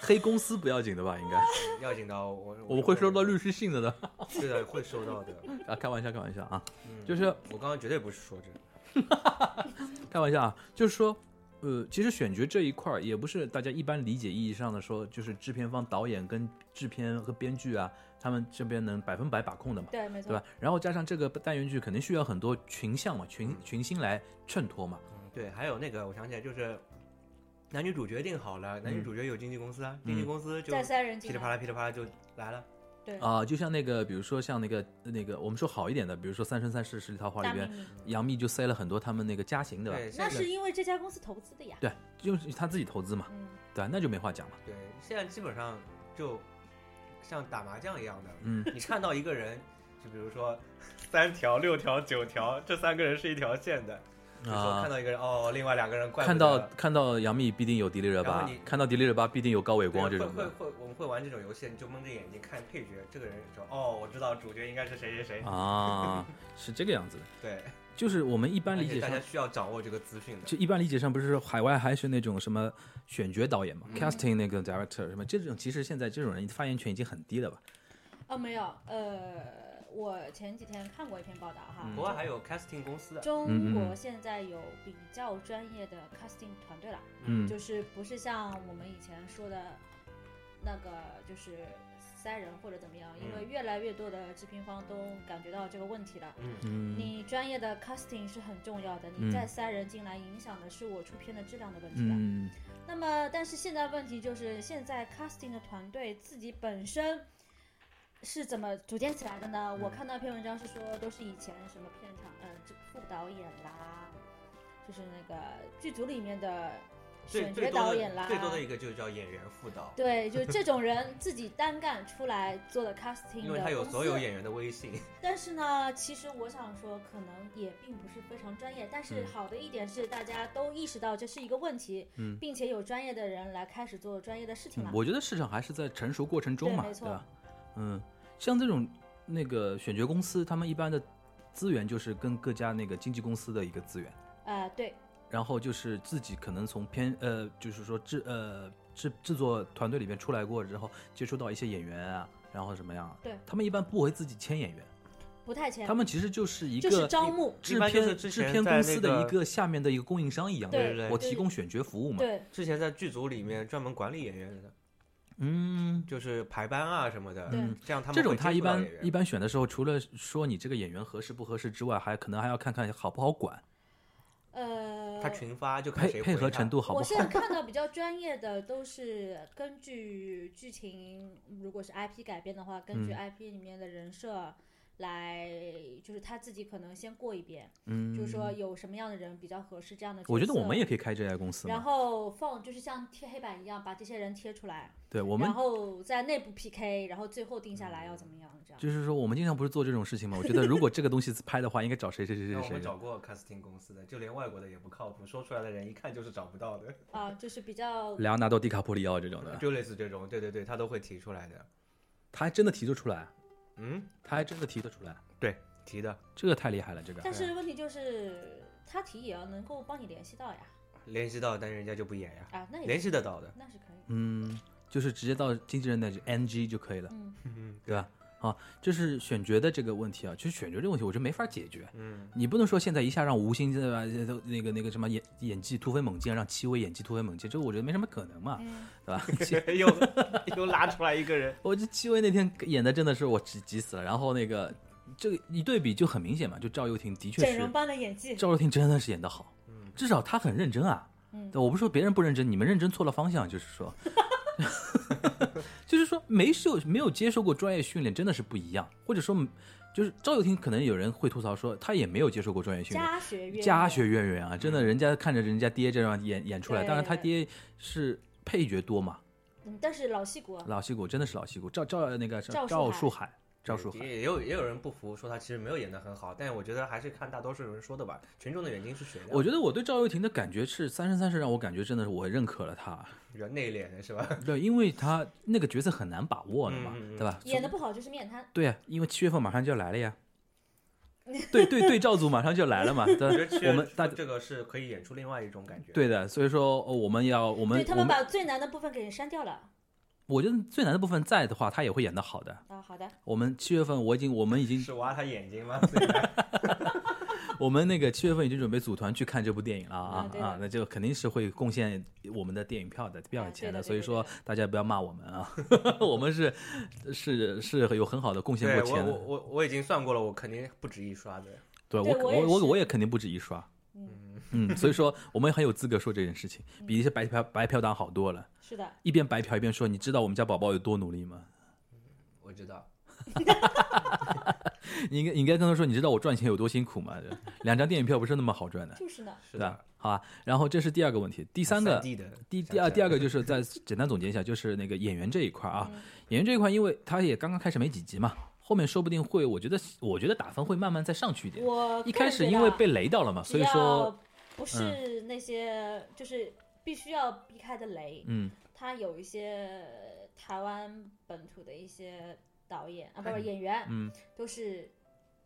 黑公司不要紧的吧？应该要紧到我我们会收到，律师信的的。对的，会收到 <laughs> 的。啊，开玩笑，开玩笑啊，嗯就是我刚刚绝对不是说这个，开玩笑啊，就是说，呃，其实选角这一块儿也不是大家一般理解意义上的说，就是制片方、导演跟制片和编剧啊，他们这边能百分百把控的嘛，对，没对错吧。？然后加上这个单元剧，肯定需要很多群像嘛，群群星来衬托嘛，嗯对，还有那个我想起来就是男女主角定好了，男女嗯主角有经纪公司啊，经纪嗯公司就再塞人噼进里啪来，啦噼里啪啦就来了。对，啊、就像那个，比如说像那个那个，我们说好一点的，比如说《三生三世十里桃花》大里秘边，密。杨幂就塞了很多他们那个家型，对吧？对，现那在是因为这家公司投资的呀。对，就是她自己投资嘛，嗯，对吧？那就没话讲了。对，现在基本上就像打麻将一样的，嗯，你看到一个人，就比如说 <laughs> 三条、六条、九条，这三个人是一条线的，就说啊看到一个人，哦，另外两个人怪不看得到看到杨幂必定有迪丽热然巴后你，看到迪丽热巴必定有高伟对光这会种会的会，我们会玩这种游戏，你就蒙着眼睛看配角，这个人说，哦，我知道主角应该是谁谁谁，啊，是这个样子的。对，就是我们一般而理且解大家上，需要掌握这个资讯的，就一般理解上不是海外还是那种什么选角导演嘛、嗯 c a s t i n g 那个 director 什么这种，其实现在这种人发言权已经很低了吧？哦，没有，呃，我前几天看过一篇报道嗯哈，国外还有 casting 公司的，中嗯嗯国嗯现在有比较专业的 casting 团队了，嗯就是不是像我们以前说的那个就是塞人或者怎么样，因为嗯越来越多的制片方都感觉到这个问题了。嗯，嗯你专业的 casting 是很重要的，嗯你再塞人进来，影响的是我出片的质量的问题了。嗯那么，但是现在问题就是，现在 casting 的团队自己本身是怎么组建起来的呢？嗯我看到一篇文章是说，都是以前什么片场，呃，这副导演啦，就是那个剧组里面的最选最角多导演啦的，最多的一个就叫演员副导，对，就这种人自己单干出来做的 casting 因为的他有公所司有演员的微信，但是呢，其实我想说，可能也并不是非常专业。但是嗯好的一点是，大家都意识到这是一个问题，嗯并且有专业的人来开始做专业的事情了嗯，。我觉得市场还是在成熟过程中嘛，对没对错吧？嗯，像这种那个选角公司，他们一般的资源就是跟各家那个经纪公司的一个资源。呃，对，然后就是自己可能从片呃，就是说制呃制制作团队里面出来过之后，接触到一些演员啊，然后怎么样？对，他们一般不会自己签演员，不太签他，们其实就是一就是个招募，制一般就是片之制前片在公那司的个一个下面的一个供应商一样的，对对对我对，提供选角服务嘛。对，之前在剧组里面专门管理演员的，嗯，就是排班啊什么的，对这样他们这种会他接一触到般演员一般选的时候，除了说你这个演员合适不合适之外，还可能还要看看好不好管，呃，他群发就看配谁配回合他程度好不我好？ <laughs> 现在看到比较专业的都是根据剧情，如果是 IP 改编的话，嗯根据 IP 里面的人设来，就是他自己可能先过一遍，嗯，就是说有什么样的人比较合适这样的角色。我觉得我们也可以开这家公司然嘛。后放就是像贴黑板一样把这些人贴出来，对，我们嗯然后在内部 PK，然后最后定下来要怎么样这样。就是说，我们经常不是做这种事情吗？我觉得如果这个东西拍的话，应该找谁谁谁 <laughs> 那谁我谁们的找过 casting 公司的，就连外国的也不靠谱，说出来的人一看就是找不到的，啊，就是比较莱昂纳多·迪卡普里奥这种的，啊就类似这种，对对对，他都会提出来的。他还真的提得出来，嗯，他还真的提得出来，对，提的这个太厉害了，这个但是问题就是，他提也要能够帮你联系到呀，联系到，但是人家就不演呀，啊，那也联是系得到的。那是可以。嗯，就是直接到经纪人那里 NG 就可以了，嗯，对吧？啊，这是选角的这个问题啊，其实选角这个问题，我觉得没法解决。嗯，你不能说现在一下让吴昕对吧，呃都那个那个什么演演技突飞猛进，让戚薇演技突飞猛进，这个我觉得没什么可能哎嘛，嗯对吧？戚 <laughs> 嗯 <laughs> 又又拉出来一个人，我这戚薇那天演的真的是我急急死了，然后那个这个一对比就很明显嘛，就赵又廷的确整是容般的演技，赵又廷真的是演得好，嗯至少他很认真啊。嗯对我不是说别人不认真，你们认真错了方向，就是说， <laughs> 就是说没受没有接受过专业训练真的是不一样，或者说就是赵又廷可能有人会吐槽说他也没有接受过专业训练。家学渊源家学渊源啊，真嗯的，人家看着人家爹这样演演出来，当然他爹是配角多嘛，嗯但是老戏骨啊，老戏骨真的是老戏骨，赵赵那个赵树赵海树海，赵树海。也也有也有人不服，说他其实没有演的很好，但我觉得还是看大多数人说的吧。群众的眼睛是雪亮的，我觉得我对赵又廷的感觉是《三生三世》，让我感觉真的是我认可了他。比较内敛的是吧？对，因为他那个角色很难把握的嘛，嗯嗯嗯对吧？演的不好就是面瘫。对呀、因为七月份马上就要来了呀。对对对，照组马上就来了嘛，我觉对得其吧，我们实大这个是可以演出另外一种感觉。对的，所以说呃我们要我们对他我们们，把最难的部分给删掉了。我觉得最难的部分在的话，他也会演得好的。啊，好的，我们七月份我已经我们已经是挖他眼睛吗？我们那个七月份已经准备组团去看这部电影了啊嗯对的啊，那就肯定是会贡献我们的电影票的票价钱啊对的对的所以说大家不要骂我们啊， <laughs> 我们是是是有很好的贡献对过我钱我的，我我已经算过了，我肯定不止一刷的。对对我我也我是我也肯定不止一刷，嗯嗯，所以说我们很有资格说这件事情，比一些白嫖白嫖党好多了，是的，一边白嫖一边说，你知道我们家宝宝有多努力吗？ <laughs> 我知道，你应该你应该跟他说，你知道我赚钱有多辛苦 <laughs> 吗？两张电影票不是那么好赚的，就是呢。是对吧？好吧，然后这是第二个问题，第三个 D 的，第想嗯第二起来第二个就是再简单总结一下，就是那个演员这一块啊，嗯演员这一块，因为他也刚刚开始没几集嘛，后面说不定会，我觉得我觉得打分会慢慢再上去一点。我一个开人始觉因得为啊被雷到了嘛，所以说，嗯不是那些就是必须要避开的雷，嗯，他有一些台湾本土的一些导演啊，不哎是演员，嗯，都是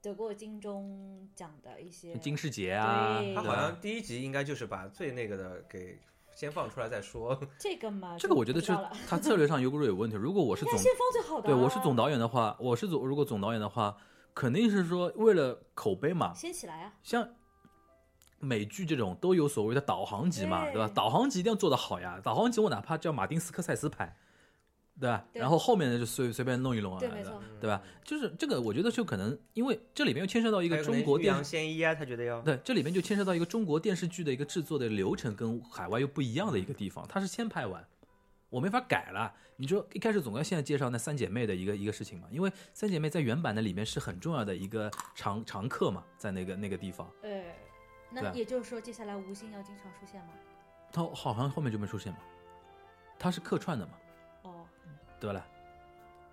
得过金钟奖的一些金世杰啊，对他对好吧像第一集应该就是把最那个的给先放出来再说。这个嘛，这个我觉就得不是知道了他策略上有不是有问题。如果我是应该总先放最好的、啊对我是总，导演的话，我是总如果总导演的话，肯定是说为了口碑嘛，先起来啊，像美剧这种都有所谓的导航集嘛，对对吧？导航集一定要做得好呀，导航集我哪怕叫马丁斯科塞斯拍，对吧？对然后后面的就随随便弄一弄啊，对，没错， <laughs> 对吧？就是这个，我觉得就可能因为这里面又牵涉到一一个中国欲电扬先抑啊，他觉得要对，这里面就牵涉到一个中国电视剧的一个制作的流程跟海外又不一样的一个地方，它是先拍完，我没法改了。你说一开始总要现在介绍那三姐妹的一个一个事情嘛，因为三姐妹在原版的里面是很重要的一个常常客嘛，在那个那个地方，呃，对啊那也就是说，接下来吴昕要经常出现吗？她好像后面就没出现嘛，她是客串的嘛，哦，对吧？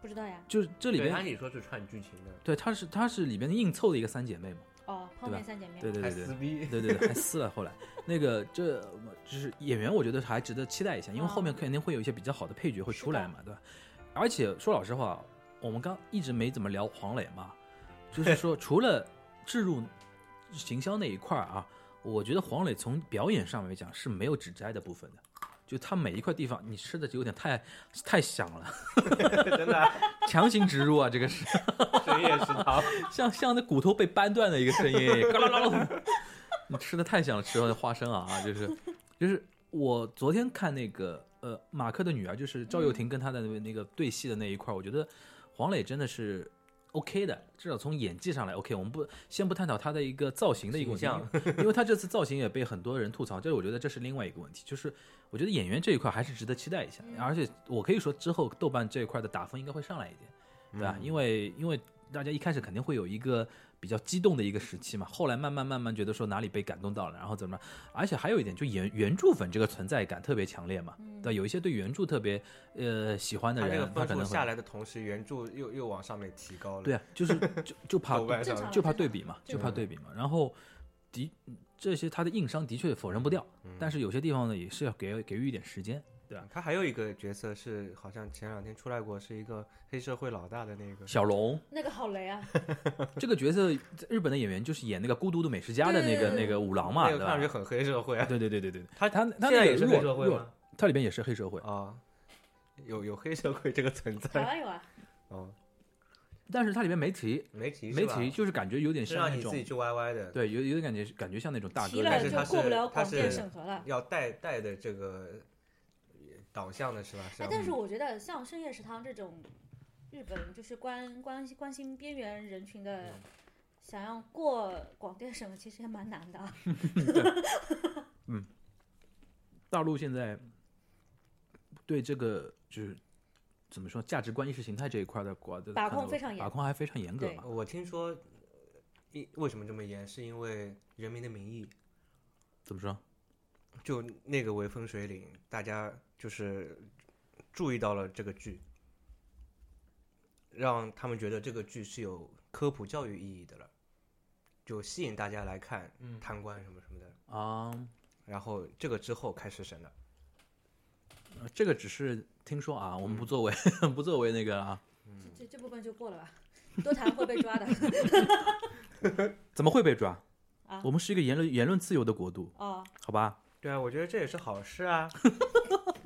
不知道呀，就是这里对按面，理说是串剧情的，对，她是她是里面硬凑的一个三姐妹嘛，哦，泡对吧面三姐妹，对对还对对撕。逼。 <laughs> 对对对，还撕了。后来那个这就是演员，我觉得还值得期待一下，因为啊后面肯定会有一些比较好的配角会是出来的嘛，对吧？而且说老实话，我们刚一直没怎么聊黄磊嘛，就是 <laughs> 说除了置入行销那一块儿啊，我觉得黄磊从表演上面讲是没有指摘的部分的。就他每一块地方，你吃的有点太太香了，真的啊强行植入啊，这个是深夜食 <laughs> 堂，像像那骨头被掰断的一个声音，嘎啦啦啦。你吃的太香了，吃了花生啊啊，就是就是我昨天看那个呃马克的女儿，就是赵又廷跟他的那个那个对戏的那一块儿，我觉得黄磊真的是 OK 的，至少从演技上来 OK。我们不先不探讨他的一个造型的一个问题形，因为他这次造型也被很多人吐槽，这我觉得这是另外一个问题，就是我觉得演员这一块还是值得期待一下，嗯而且我可以说之后豆瓣这一块的打分应该会上来一点，对嗯吧？因为因为大家一开始肯定会有一个比较激动的一个时期嘛，后来慢慢慢慢觉得说哪里被感动到了，然后怎么着，而且还有一点，就原原著粉这个存在感特别强烈嘛，对，有一些对原著特别呃喜欢的嗯他这个人，他分可数能下会来的同时，原著又又往上面提高了。对啊， <laughs> 就是就就怕豆瓣正上常就怕对比嘛，正就常怕对比嘛。然后的这些他的硬伤的确否认不掉，嗯但是有些地方呢也是要给给予一点时间。他还有一个角色是，好像前两天出来过，是一个黑社会老大的那个，小龙那个好雷 <laughs> 啊，这个角色，日本的演员就是演那个《孤独的美食家》的那个对那个五郎嘛，那对个看上去吧？很黑社会啊。对对对对对，他他他现在那个也是黑社会弱 <laughs> 吗弱？他里边也是黑社会，啊，有有黑社会这个存台在。湾有啊，哦，但是他里边没提没提没是吧提，就是感觉有点是像让那你自己种去 YY 的。对，有有点感觉感觉像那种大提哥了的但是就他过不是了他广电是审核了。要带带的这个导向的是吧？嗯是哎要，但是我觉得像深夜食堂这种日本就是关关心关心边缘人群的，嗯想要过广电审核其实也蛮难的啊。大陆现在对这个就是怎么说价值观、意识形态这一块的管的把看得控非常严把控还非常严格嘛。我听说，一为什么这么严，是因为《人民的名义怎么说？》就那个为风水岭，大家就是注意到了这个剧，让他们觉得这个剧是有科普教育意义的了，就吸引大家来看嗯贪官什么什么的。啊、然后这个之后开始神了，呃这个只是听说啊，我嗯们不作为、 <laughs> 不作为那个啊，这这部分就过了吧，多谈会被 <laughs> 抓的。怎么会被抓？啊我们是一个言论言论自由的国度，哦，好 <laughs> 吧？对啊，我觉得这也是好事啊。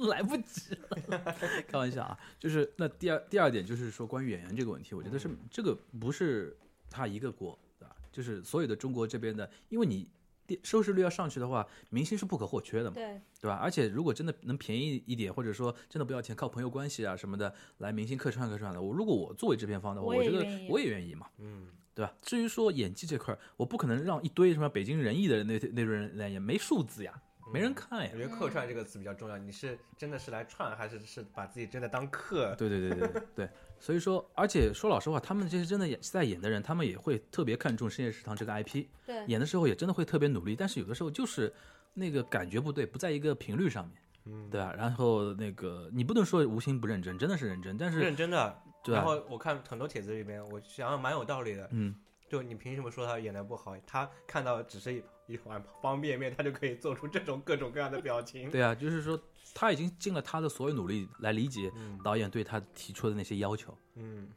来不及了， <laughs> 开玩笑啊！就是那第二第二点就是说关于演员这个问题，我觉得是、嗯这个不是他一个锅，对吧？就是所有的中国这边的，因为你电收视率要上去的话，明星是不可或缺的嘛，对，对吧？而且如果真的能便宜一点，或者说真的不要钱，靠朋友关系啊什么的来明星客串客串的，我如果我作为制片方的话，我我也觉得愿意我也愿意嘛。嗯，对吧？至于说演技这块儿，我不可能让一堆什么北京人艺的那那种人来演，没数字呀，没嗯人看呀我。觉得“客串”这个词比较重要。你是真的是来串，还是是把自己真的当客？对对对对对对，所以说，而且说老实话，他们这些真的演在演的人，他们也会特别看重深夜食堂这个 IP，对，演的时候也真的会特别努力，但是有的时候就是那个感觉不对，不在一个频率上面，嗯，对吧？然后那个你不能说无心不认真，真的是认真，但是认真的。对然吧？后我看很多帖子里面，我想想蛮有道理的。嗯，就你凭什么说他演的不好？他看到只是一一碗方便面，他就可以做出这种各种各样的表情。对啊，就是说他已经尽了他的所有努力来理解嗯导演对他提出的那些要求。嗯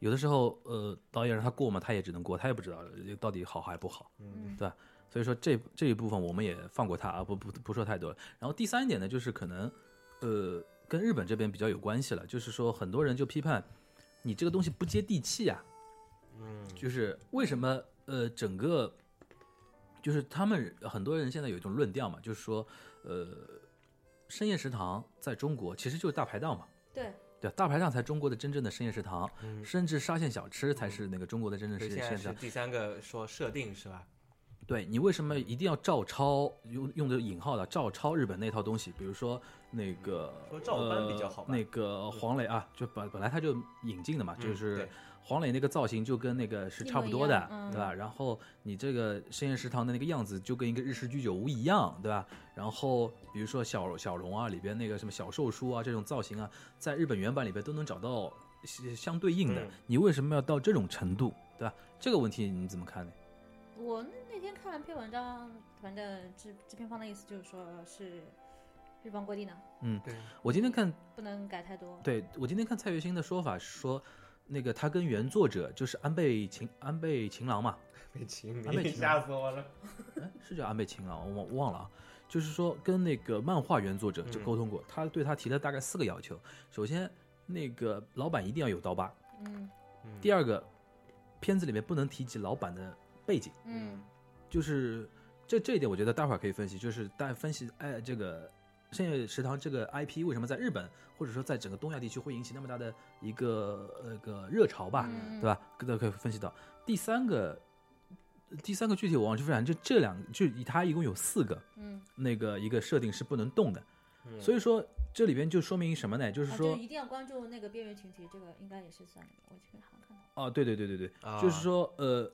有的时候，呃，导演让他过嘛，他也只能过，他也不知道到底好还不好。嗯所以说这这一部分我们也放过他啊，不不不说太多了。然后第三点呢，就是可能，呃，跟日本这边比较有关系了，就是说很多人就批判你这个东西不接地气啊，嗯，就是为什么呃整个就是他们很多人现在有一种论调嘛，就是说呃深夜食堂在中国其实就是大排档嘛。对对，大排档才中国的真正的深夜食堂，嗯甚至沙县小吃才是那个中国的真正所深以夜现深夜在食堂是。第三个说设定是吧？对你为什么一定要照抄用用的引号的照抄日本那套东西？比如说那个嗯说照搬比较好吧呃那个黄磊啊，就本本来他就引进的嘛，啊就嗯是对黄磊那个造型就跟那个是差不多一的模一，样嗯对吧？然后你这个深夜食堂的那个样子就跟一个日式居酒屋一样，对吧？然后比如说小小龙啊，里边那个什么小寿叔啊这种造型啊，在日本原版里边都能找到相相对应的，嗯你为什么要到这种程度，对吧？这个问题你怎么看呢？我那那天看了篇文章，反正制制片方的意思就是说是日方规定的，对，我今天看不能改太多。对我今天看蔡徐新的说法是说，那个他跟原作者就是安倍晴安倍晴郎嘛，被秦啊被明秦 <laughs> 吓死我了。哎是叫安倍晴郎，我忘了啊。就是说跟那个漫画原作者嗯就沟通过，他对他提了大概四个要求。首先，那个老板一定要有刀疤；嗯嗯第二个，片子里面不能提及老板的背景，嗯，就是这这一点，我觉得待会儿可以分析，就是大家分析哎这个。深夜食堂这个 IP 为什么在日本或者说在整个东亚地区会引起那么大的一个呃个热潮吧？嗯对吧？各个可以分析到。第三个，第三个具体我忘记分享，就这两就以它一共有四个嗯，那个一个设定是不能动的，嗯所以说这里边就说明什么呢？就是啊，说就一定要关注那个边缘群体，这个应该也是算，我这边好像看到。啊，对对对对对，啊就是说呃，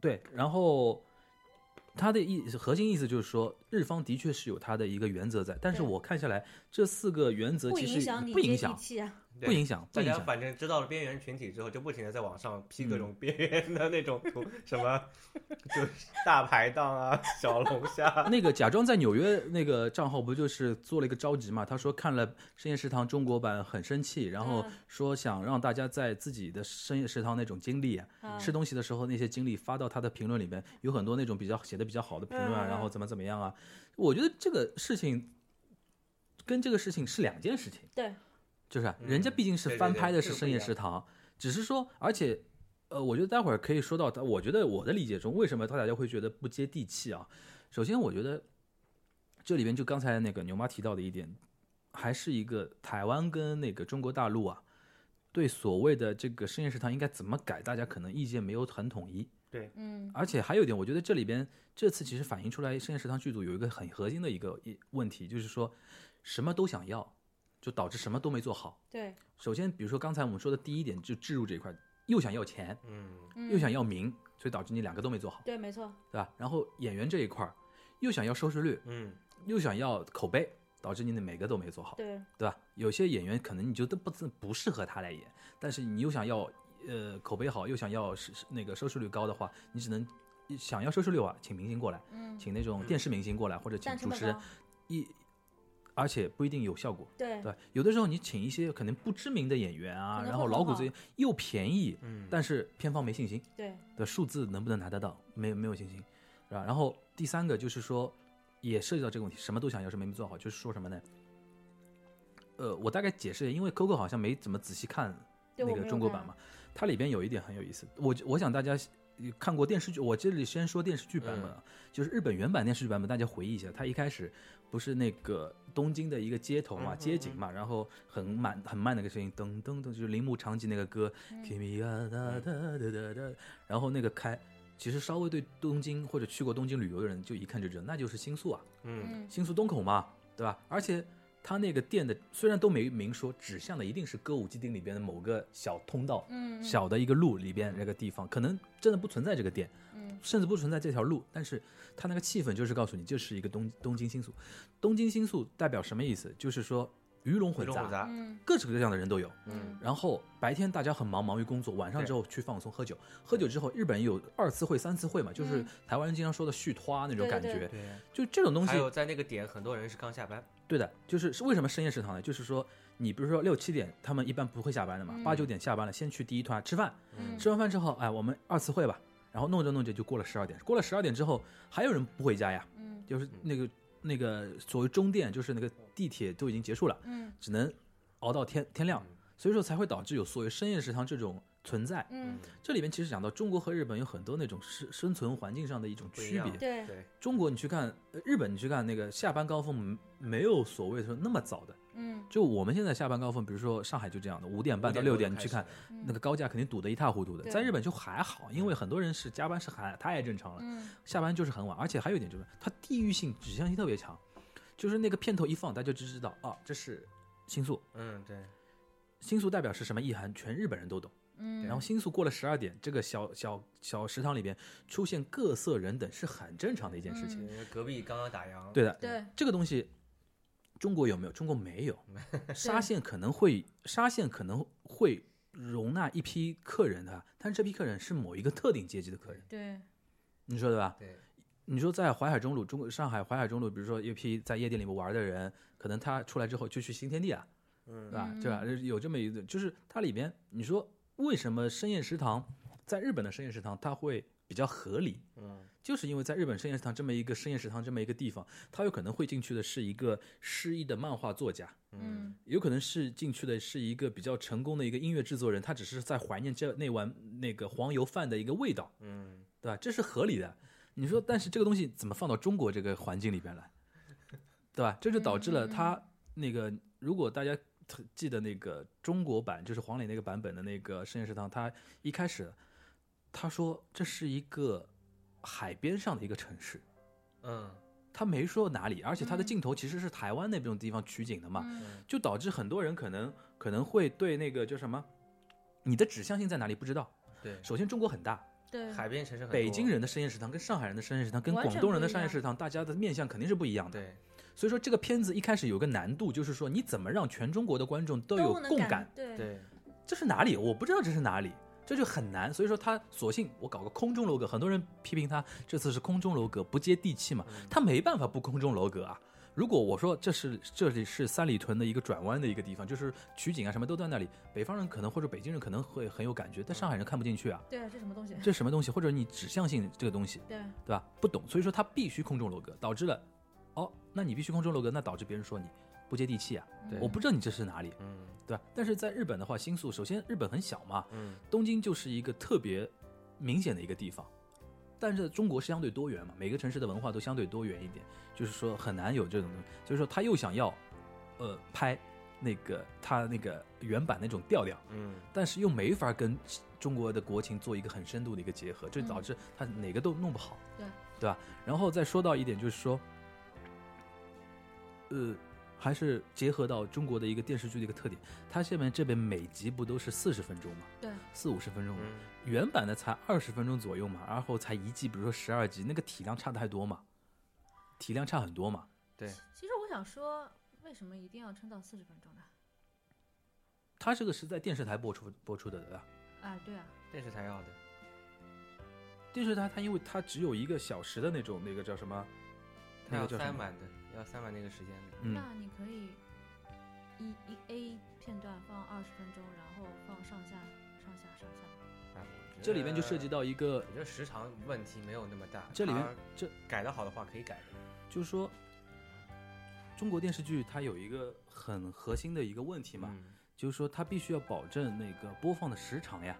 对，然后它的意核心意思就是说，日方的确是有它的一个原则在，但是对我看下来这四个原则不呃其影实响你不接影地响，气啊！对不影响，不大影家响。反正知道了边缘群体之后，就不停的在网嗯上 P 各种边缘的那种图，什么 <laughs> 就是大排档啊、小龙虾，那个假装在纽约那个账号不就是做了一个召集嘛？他说看了《深夜食堂》中国版很生气，然后嗯说想让大家在自己的深夜食堂那种经历啊、啊吃东西的时候那些经历发到他的评论里面，有很多那种比较写的比较好的评论啊，嗯嗯嗯然后怎么怎么样啊？我觉得这个事情跟这个事情是两件事情，对，就是啊、嗯人家毕竟是对对翻对拍的这是个《不深一夜样食堂》，只是说，而且。呃，我觉得待会儿可以说到他，我觉得我的理解中，为什么他大家会觉得不接地气啊？首先，我觉得这里边就刚才那个牛妈提到的一点，还是一个台湾跟那个中国大陆啊，对所谓的这个深夜食堂应该怎么改，大家可能意见没有很统一。嗯而且还有一点，我觉得这里边这次其实反映出来深夜食堂剧组有一个很核心的一个一问题，就是说什么都想要，就导致什么都没做好。对，首先，比如说刚才我们说的第一点，就置入这一块，又想要钱，嗯，嗯又想要名，所以导致你两个都没做好，对，没错，对吧？然后演员这一块儿又想要收视率，嗯，又想要口碑，导致你的每个都没做好，对，对吧？有些演员可能你就都不自不适合他来演，但是你又想要呃口碑好，又想要是是那个收视率高的话，你只能想要收视率啊，请明星过来，嗯，请那种电视明星过来，或者请但成主本持人高，一，而且不一定有效果。对，对，有的时候你请一些可能不知名的演员啊可，能然会后很老骨好子又便宜，嗯，但是片方没信心，对，的数字能不能拿得到，没有没有信心，是吧？然后第三个就是说，也涉及到这个问题，什么都想要，什么没做好，就是说什么呢？呃，我大概解释一下，因为 Coco 好像没怎么仔细看对那我个没中有国看版嘛，它里边有一点很有意思，我我想大家呃看过电视剧，我这里先说电视剧版本，啊，就是日本原版电视剧版本，大家回忆一下，它一开始不是那个东京的一个街头嘛，嗯嗯街景嘛，然后很慢很慢的一个声音，噔噔噔，就是铃木长吉那个歌嗯，Kimi a da da da da da，然后那个开。其实稍微对东京或者去过东京旅游的人，就一看就知道，那就是新宿啊，嗯嗯，新宿东口嘛，对吧？而且它那个店的虽然都没明说，指向的一定是歌舞伎町里边的某个小通道，嗯，小的一个路里边那个地方，可能真的不存在这个店，嗯，甚至不存在这条路，但是它那个气氛就是告诉你，这是一个东东京新宿。东京新宿代表什么意思？就是说鱼龙鱼混龙杂，混杂，嗯各式各样的人都有。嗯嗯然后白天大家很忙，忙于工作，晚上之后去放松喝酒，喝酒之后，日本人有二次会、三次会嘛，就是嗯台湾人经常说的续托啊那种对感对觉，对。就这种东西还，有在那个点，很多人是刚下班，对的，就是是为什么深夜食堂呢？就是说你比如说六七点，他们一般不会下班的嘛，嗯八九点下班了，先去第一团吃饭，嗯吃完饭之后，哎，我们二次会吧。然后弄着弄着就过了十二点，过了十二点之后，还有人不回家呀，嗯就是那个那个所谓终电，就是那个地铁都已经结束了，嗯只能熬到天天亮嗯，所以说才会导致有所谓深夜食堂这种存在。嗯，这里面其实讲到中国和日本有很多那种生生存环境上的一种不一区样别。对，对，中国你去看，呃日本你去看那个下班高峰没有所谓说那么早的，嗯就我们现在下班高峰，比如说上海就这样的，五点半到六点你去看，嗯那个高架肯定堵得一塌糊涂的。对在日本就还好，因为很多人是加班是还太正常了，嗯下班就是很晚，而且还有一点就是它地域性指向性特别强，就是那个片头一放，大家就知道啊，这是新宿，嗯对，新宿代表是什么意涵，全日本人都懂。嗯，然后新宿过了十二点，这个小小小食堂里边出现各色人等是很正常的一件事嗯情。因为隔壁刚刚打烊，嗯对的，对，这个东西中国有没有？中国没 <laughs> 有，沙县可能会沙县可能会容纳一批客人的，但是这批客人是某一个特定阶级的客人，对，嗯你说对吧？对，你说在淮海中路，中国上海淮海中路，比如说一批在夜店里面玩的人，可能他出来之后就去新天地啊，对嗯吧？嗯对吧？有这么一个，就是它里边，你说为什么深夜食堂在日本的深夜食堂它会比较合理？嗯就是因为在日本深夜食堂这么一个深夜食堂这么一个地方，它有可能会进去的是一个失意的漫画作家，嗯有可能是进去的是一个比较成功的一个音乐制作人，他只是在怀念这那碗那个黄油饭的一个味道，嗯，对吧？这是合理的。你嗯说，但是这个东西怎么放到中国这个环境里边来，对吧？这就导致了嗯他那个，如果大家特记得那个中国版，就是黄磊那个版本的那个深夜食堂，他一开始他说这是一个海边上的一个城市，嗯他没说哪里，而且他的嗯镜头其实是台湾那种地方取景的嘛，嗯就导致很多人可能可能会对那个叫什么，你的指向性在哪里不知道。对，首先，中国很大，对，海边城市很多，北京人的深夜食堂跟上海人的深夜食堂跟完全广东人的不一样深夜食堂，大家的面向肯定是不一样的。对，所以说这个片子一开始有个难度，就是说你怎么让全中国的观众都有能共感，对，对，这是哪里？我不知道这是哪里，这就很难。所以说他索性我搞个空中楼阁，很多人批评他这次是空中楼阁不接地气嘛，嗯他没办法不空中楼阁啊。如果我说这是这里是三里屯的一个转弯的一个地方，就是取景啊什么都在那里，北方人可能或者北京人可能会很有感觉，但上海人看不进去啊，对，这什么东西？这什么东西？或者你指向性这个东西，对，对吧？不懂，所以说他必须空中楼阁，导致了，哦，那你必须空中楼阁，那导致别人说你不接地气啊，对我不知道你这是哪里，嗯对吧？但是在日本的话，新宿首先日本很小嘛，嗯东京就是一个特别明显的一个地方，但是中国是相对多元嘛，每个城市的文化都相对多元一点，就是说很难有这种东西，所以说他又想要，呃，拍那个他那个原版那种调调，嗯但是又没法跟中国的国情做一个很深度的一个结合，这导致他哪个都弄不好，对对吧？然后再说到一点就是说，呃，还是结合到中国的一个电视剧的一个特点，它下面这边每集不都是四十分钟嘛，对，四五十分钟嘛，嗯，原版的才二十分钟左右嘛，然后才一季，比如说十二集，那个体量差太多嘛，体量差很多嘛，对，其实我想说，为什么一定要撑到四十分钟呢？它这个是在电视台播出播出的，对吧？啊，对啊，电视台要的，电视台它因为它只有一个小时的那种那个叫什么，他那要个叫什塞么？满的，要塞满那个时间的。嗯，那你可以一一 A 片段放二十分钟，然后放上下上下上下。哎，我觉得这里面就涉及，到一个我，觉得时长问题没有那么大。这里面它这改的好的话可以改的。就是说，中国电视剧它有一个很核心的一个问题嘛，嗯就是说它必须要保证那个播放的时长呀，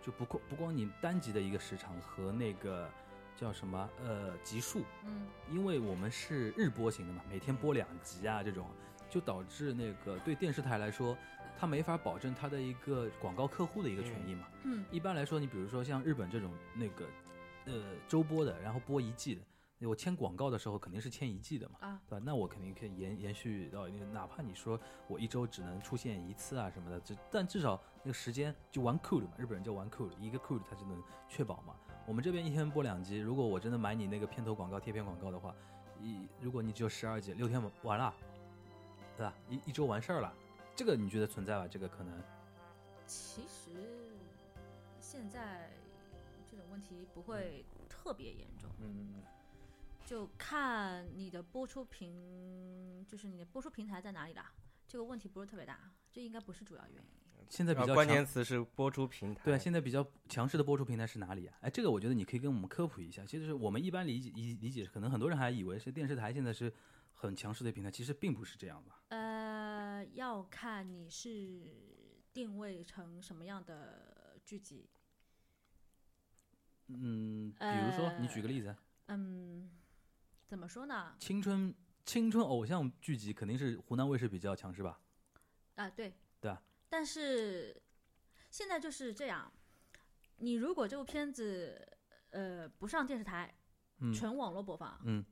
就不光不光你单集的一个时长和那个叫什么呃集数，嗯，因为我们是日播型的嘛，每天播两集啊，这种就导致那个对电视台来说，它没法保证它的一个广告客户的一个权益嘛。嗯，一般来说，你比如说像日本这种那个，呃，周播的，然后播一季的，我签广告的时候肯定是签一季的嘛，啊，对吧？那我肯定可以延延续到一定，哪怕你说我一周只能出现一次啊什么的，这但至少那个时间就玩 cool 嘛，日本人叫玩 cool，一个 cool 它就能确保嘛。我们这边一天播两集，如果我真的买你那个片头广告、贴片广告的话，一如果你只有十二集，六天完了，对吧？一一周完事儿了，这个你觉得存在吧？这个可能其实现在这种问题不会特别严重，嗯，就看你的播出平，就是你的播出平台在哪里啦。这个问题不是特别大，这应该不是主要原因。现在比啊较关强键词是播出平台。对，现在比较强势的播出平台是哪里啊？哎，这个我觉得你可以跟我们科普一下。其实是我们一般理解理理解，可能很多人还以为是电视台现在是很强势的平台，其实并不是这样吧？呃，要看你是定位成什么样的剧集。嗯，比如说你举个例子，呃嗯，怎么说呢？青春青春偶像剧集肯定是湖南卫视比较强势吧？啊，对，对啊。但是现在就是这样，你如果这部片子呃不上电视台，嗯纯网络播放，嗯，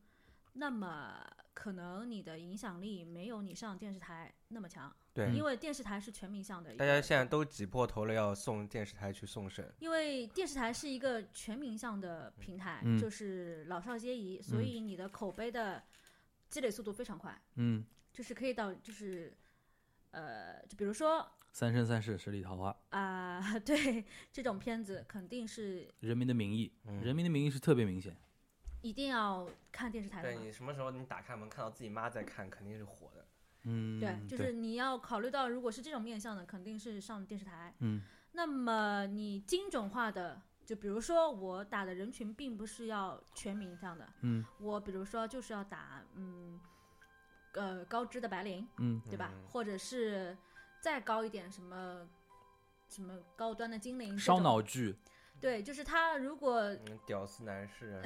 那么可能你的影响力没有你上电视台那么强，对因为电视台是全民向的一大家个，现在都挤破头了，要送电视台去送审。因为电视台是一个全民向的平台，嗯就是老少皆宜，嗯所以你的口碑的积累速度非常快，嗯，就是可以到就是呃，就比如说《三生三世十里桃花》啊、 <laughs> 对这种片子肯定是《人民的名义》嗯人民的名义》是特别明显。一定要看电视台的对嘛。你什么时候你打开门看到自己妈在看，肯定是火的。嗯，对，就是你要考虑到，如果是这种面向的，肯定是上电视台。嗯，那么你精准化的，就比如说我打的人群，并不是要全民这样的。嗯，我比如说就是要打嗯，呃高知的白领，嗯对吧？嗯或者是再高一点什么什么高端的精灵这烧种脑剧，对，就是他如果嗯，屌丝男士啊，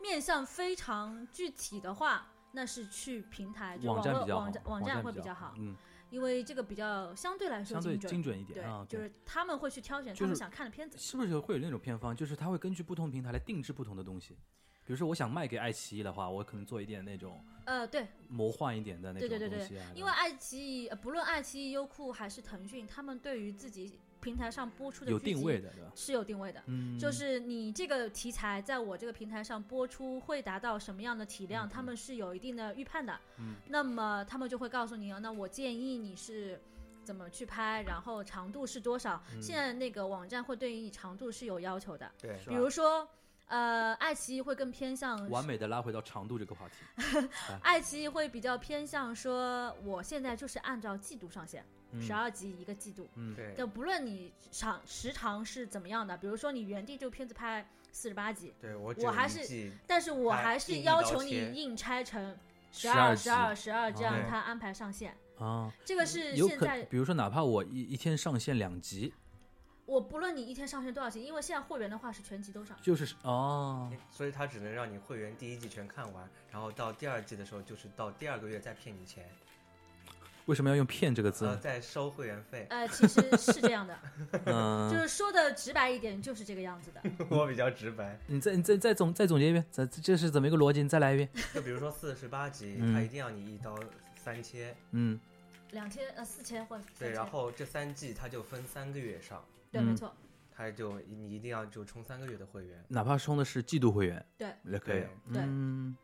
面向非常具体的话，那是去平台就网站络比较好网站，网站会比较好，嗯，因为这个比较相对来说相对精准。精准一对点啊，，就对是他们会去挑选就他们是想看的片子。是不是会有那种偏方，就是它会根据不同平台来定制不同的东西？比如说，我想卖给爱奇艺的话，我可能做一点那种呃，对，魔幻一点的那种对对东对对西啊。因为爱奇艺，呃不论爱奇艺、优酷还是腾讯，他们对于自己平台上播出的有剧集定位的，对吧？是有定位的。嗯，就是你这个题材在我这个平台上播出会达到什么样的体量，他们是有一定的预判的。嗯那么他们就会告诉你，那我建议你是怎么去拍，然后长度是多少。嗯现在那个网站会对于你长度是有要求的，对，是比吧如说。呃，爱奇艺会更偏向完美的拉回到长度这个话题。嗯爱奇艺会比较偏向说，我现在就是按照季度上线，十二、集一个季度。嗯，对，就不论你长时长是怎么样的，比如说你原定这个片子拍四十八集，对我我我还是但是我哎还硬是一要刀求你切硬拆成十12二、十二、十二这样，对它安排上线。啊，这个是有现可在，比如说，哪怕我一一天上线两集，我不论你一天上线多少集，因为现在会员的话是全集都上。就是哦，所以他只能让你会员第一季全看完，然后到第二季的时候，就是到第二个月再骗你钱，为什么要用“骗”这个字然 <laughs> 后呢？再收会员费。 <laughs> 呃，其实是这样的，就嗯，是说的直白一点，就是这个样子 <laughs> 的。我比较直白，你再你再再总再总结一遍，再这是怎么一个逻辑？你再来一 <laughs> 遍。就比如说四十八集，嗯他一定要你一刀三切，嗯，两千呃四千或者三对，千，然后这三季他就分三个月上，对，嗯没错，他就你一定要就充三个月的会员。哪怕充的是季度会员，对也可以对。对嗯，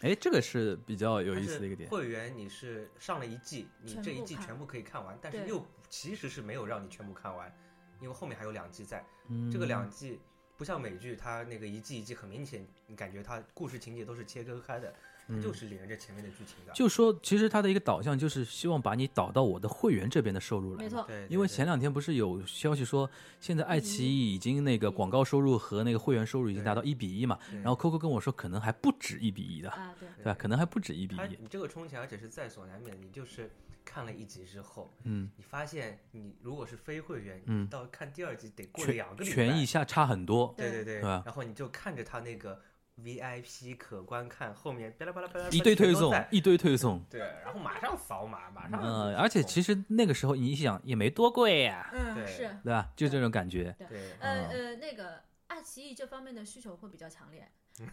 哎，这个是比较有但意是思的一个点。会员你是上了一季，你全这一部季看全部可以看完，但是对又其实是没有让你全部看完，因为后面还有两季在。这嗯个两季不像美剧，它那个一季一季很明显，你感觉它故事情节都是切割开的，它就是连着前面的剧情的。嗯就说，其实它的一个导向就是希望把你导到我的会员这边的收入来。没错，嗯对，对因为对前两天不是有消息说，现在爱奇艺已经那个广告收入和那个会员收入已经达到一比一嘛，对然后 Coco 跟我说可能还不止一比一的，啊，对，对吧？可能还不止一比它一。你这个充钱，而且是在所难免，你就是看了一集之后，嗯，你发现你如果是非会员，嗯你到看第二集得过两权个礼拜，权益下差很多，对对对，对吧然后你就看着他那个 VIP 可观看后面巴拉巴拉巴拉一堆推全都送在，一堆推送。对，然后马上扫码，马上嗯，而且其实实那个时候你想也没多贵呀、嗯，对是，对吧？就这种感觉。对嗯呃呃，那个爱奇艺这方面的需求会比较 <laughs> 强烈，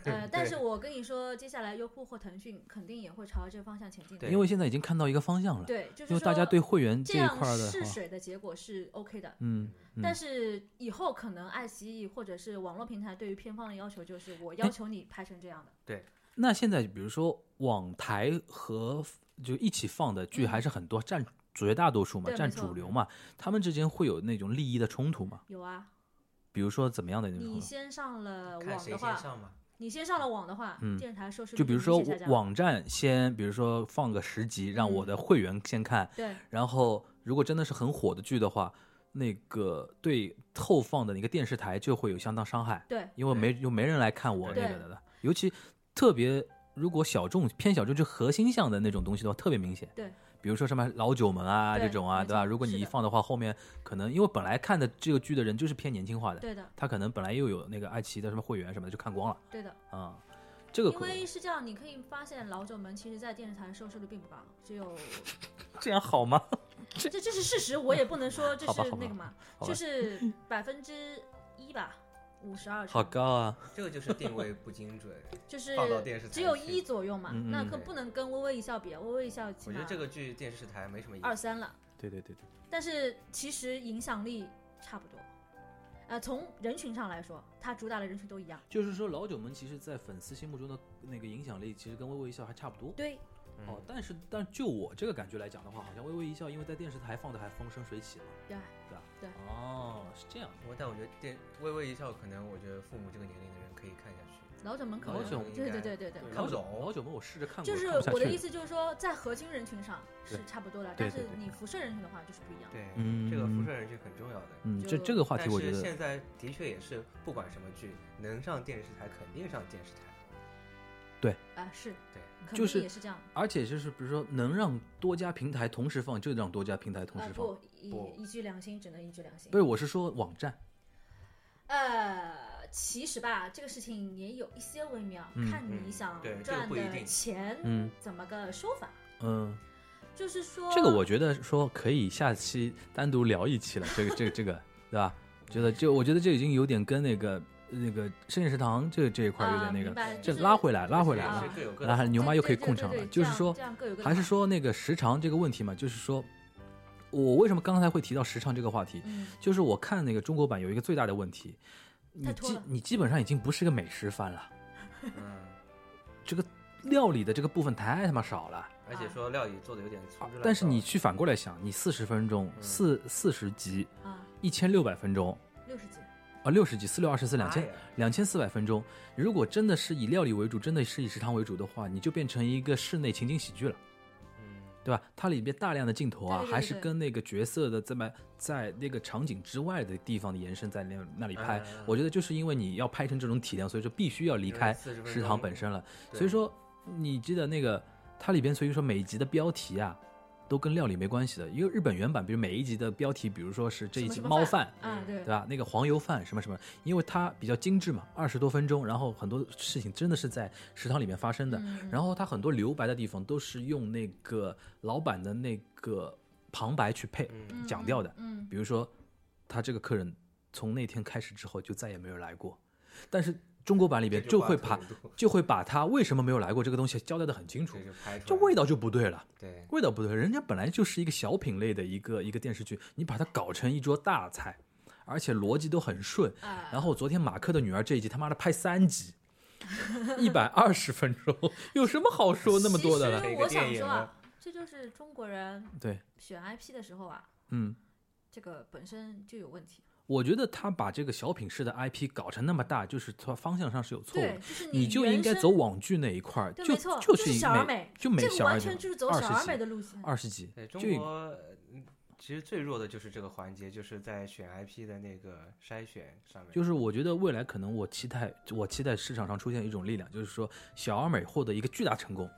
呃，但是我跟你说，接下来优酷或腾讯肯定也会朝这个方向前进的对。因为现在已经看到一个方向了，对，就是因为说大家对会员这一样块儿的试话，水的结果是 OK 的。嗯，但是以后可能爱奇艺或者是网络平台对于片方的要求就是，我要求你拍成这样的。那现在比如说网台和就一起放的剧还是很多，占绝大多数嘛，嗯对占没错主流嘛，他们之间会有那种利益的冲突嘛？有啊，比如说怎么样的那种你冲突？先上了看网谁先的话，上嘛，你先上了网的话，嗯电视台收视率就比如说明显下降嗯网站先，比如说放个十集，让我的会员先看，对然后如果真的是很火的剧的话，那个对后放的那个电视台就会有相当伤害，对因为没就没人来看我那对个的了。尤其特别如果小众偏小众就核心向的那种东西的话，特别明显。对。比如说什么老九门啊对这种啊，没对吧？错如果你是一的放的话，后面可能因为本来看的这个剧的人就是偏年轻化的，对的他可能本来又有那个爱奇艺的什么会员什么的就看光了对的，啊、这个因可能为是这样，你可以发现老九门其实在电视台收视率并不高，<laughs> 只有这样好吗？这这是事实，我也不能说这好吧是好吧那个嘛，好吧就是百分之一吧，五十二， <laughs> 好高啊！这个就是定位不精准。就是放到电视台只有去一左右嘛，嗯嗯那嗯可对不能跟微微一笑比，微微一笑起我觉码得这个剧电视台没什么意二思。三了，对对对对，但是其实影响力差不多。呃，从人群上来说，它主打的人群都一样。就是说老九门其实在粉丝心目中的那个影响力其实跟微微一笑还差不多。对，嗯哦，但是但就我这个感觉来讲的话，好像微微一笑，因为在电视台放的还风生水起嘛，对啊对吧？对哦，是这样的。我但我觉得电微微一笑，可能我觉得父母这个年龄的人可以看下去，老者门口老人者门对应该对对对对，对老看不九懂老九们，我试着看过，就是看不下我的去意，思就是说，在核心人群上是对差不多的，对但对是对你辐射人群的话就是不一样。对，嗯这个辐射人群很重要的。嗯，这就这个话题但我觉是得现在的确也是，不管什么剧，能上电视台肯定上电视台。啊，是，对，肯就定是也是这样。而且就是比如说能让多家平台同时放，就让多家平台同啊时放。不，一不一句良心只能一句良心不。是，我是说网站，呃，其实吧，这个事情也有一些微妙，嗯看你嗯想对这个赚不一的定钱嗯怎么个说法。嗯，就是说，这个我觉得说可以下期单独聊一期了，这个这个这个，对吧？觉得就我觉得这已经有点跟那个那个深夜食堂这这一块有啊，点那明个，白，这就是拉回来拉回来啊了是。各有各然后的。牛妈对又可以对对控对场了，对就是这样说这样各有各的还是好，说那个时长这个问题嘛，就是说，我为什么刚才会提到时长这个话题？嗯，就是我看那个中国版有一个最大的问题，你太拖基了你基本上已经不是个美食番了，嗯，料理的这个部分太他妈少了。而且说料理做的有点粗啊制滥造。但是你去反过来想，你四十分钟、嗯四四十集、啊，一千六百分钟六十几，啊，六十集、四六二十四、两千妈呀两千四百分钟，如果真的是以料理为主，真的是以食堂为主的话，你就变成一个室内情景喜剧了。嗯，对吧？它里边大量的镜头啊，对对对还是对跟那个角色的这么在那个场景之外的地方的延伸在那那里拍嗯嗯嗯。我觉得就是因为你要拍成这种体量，所以说必须要离开40分钟食堂本身了。对所以说，你记得那个它里边，所以说每一集的标题啊。都跟料理没关系的，因为日本原版，比如每一集的标题，比如说是这一集什么猫什么饭，啊，对对，吧？那个黄油饭什么什么，因为它比较精致嘛，二十多分钟，然后很多事情真的是在食堂里面发生的。嗯然后它很多留白的地方都是用那个老板的那个旁白去配、嗯讲掉的，嗯，比如说他这个客人从那天开始之后就再也没有来过，但是中国版里边这就句话会特把别多就会把他为什么没有来过这个东西交代的很清楚这，就拍出这来味道就不对了。对味道不对，人家本来就是一个小品类的一个一个电视剧，你把它搞成一桌大菜，而且逻辑都很顺。啊，然后昨天马克的女儿这一集他妈的拍三集，一百二十分钟，有什么好说那么多的了？其实我想说啊，这就是中国人对，选 IP 的时候啊，嗯，这个本身就有问题。我觉得他把这个小品式的 IP 搞成那么大，就是他方向上是有错对，的就。是你就应该原生走网剧那一块儿，对，就没错，是是以小而美美，就美这个小而完美全就是走二小而十美集，的路线。二十集对，就中国嗯其实最弱的就是这个环节，就是在选 IP 的那个筛选上面。就是我觉得未来可能我期待，我期待市场上出现一种力量，就是说小而美获得一个巨大成功。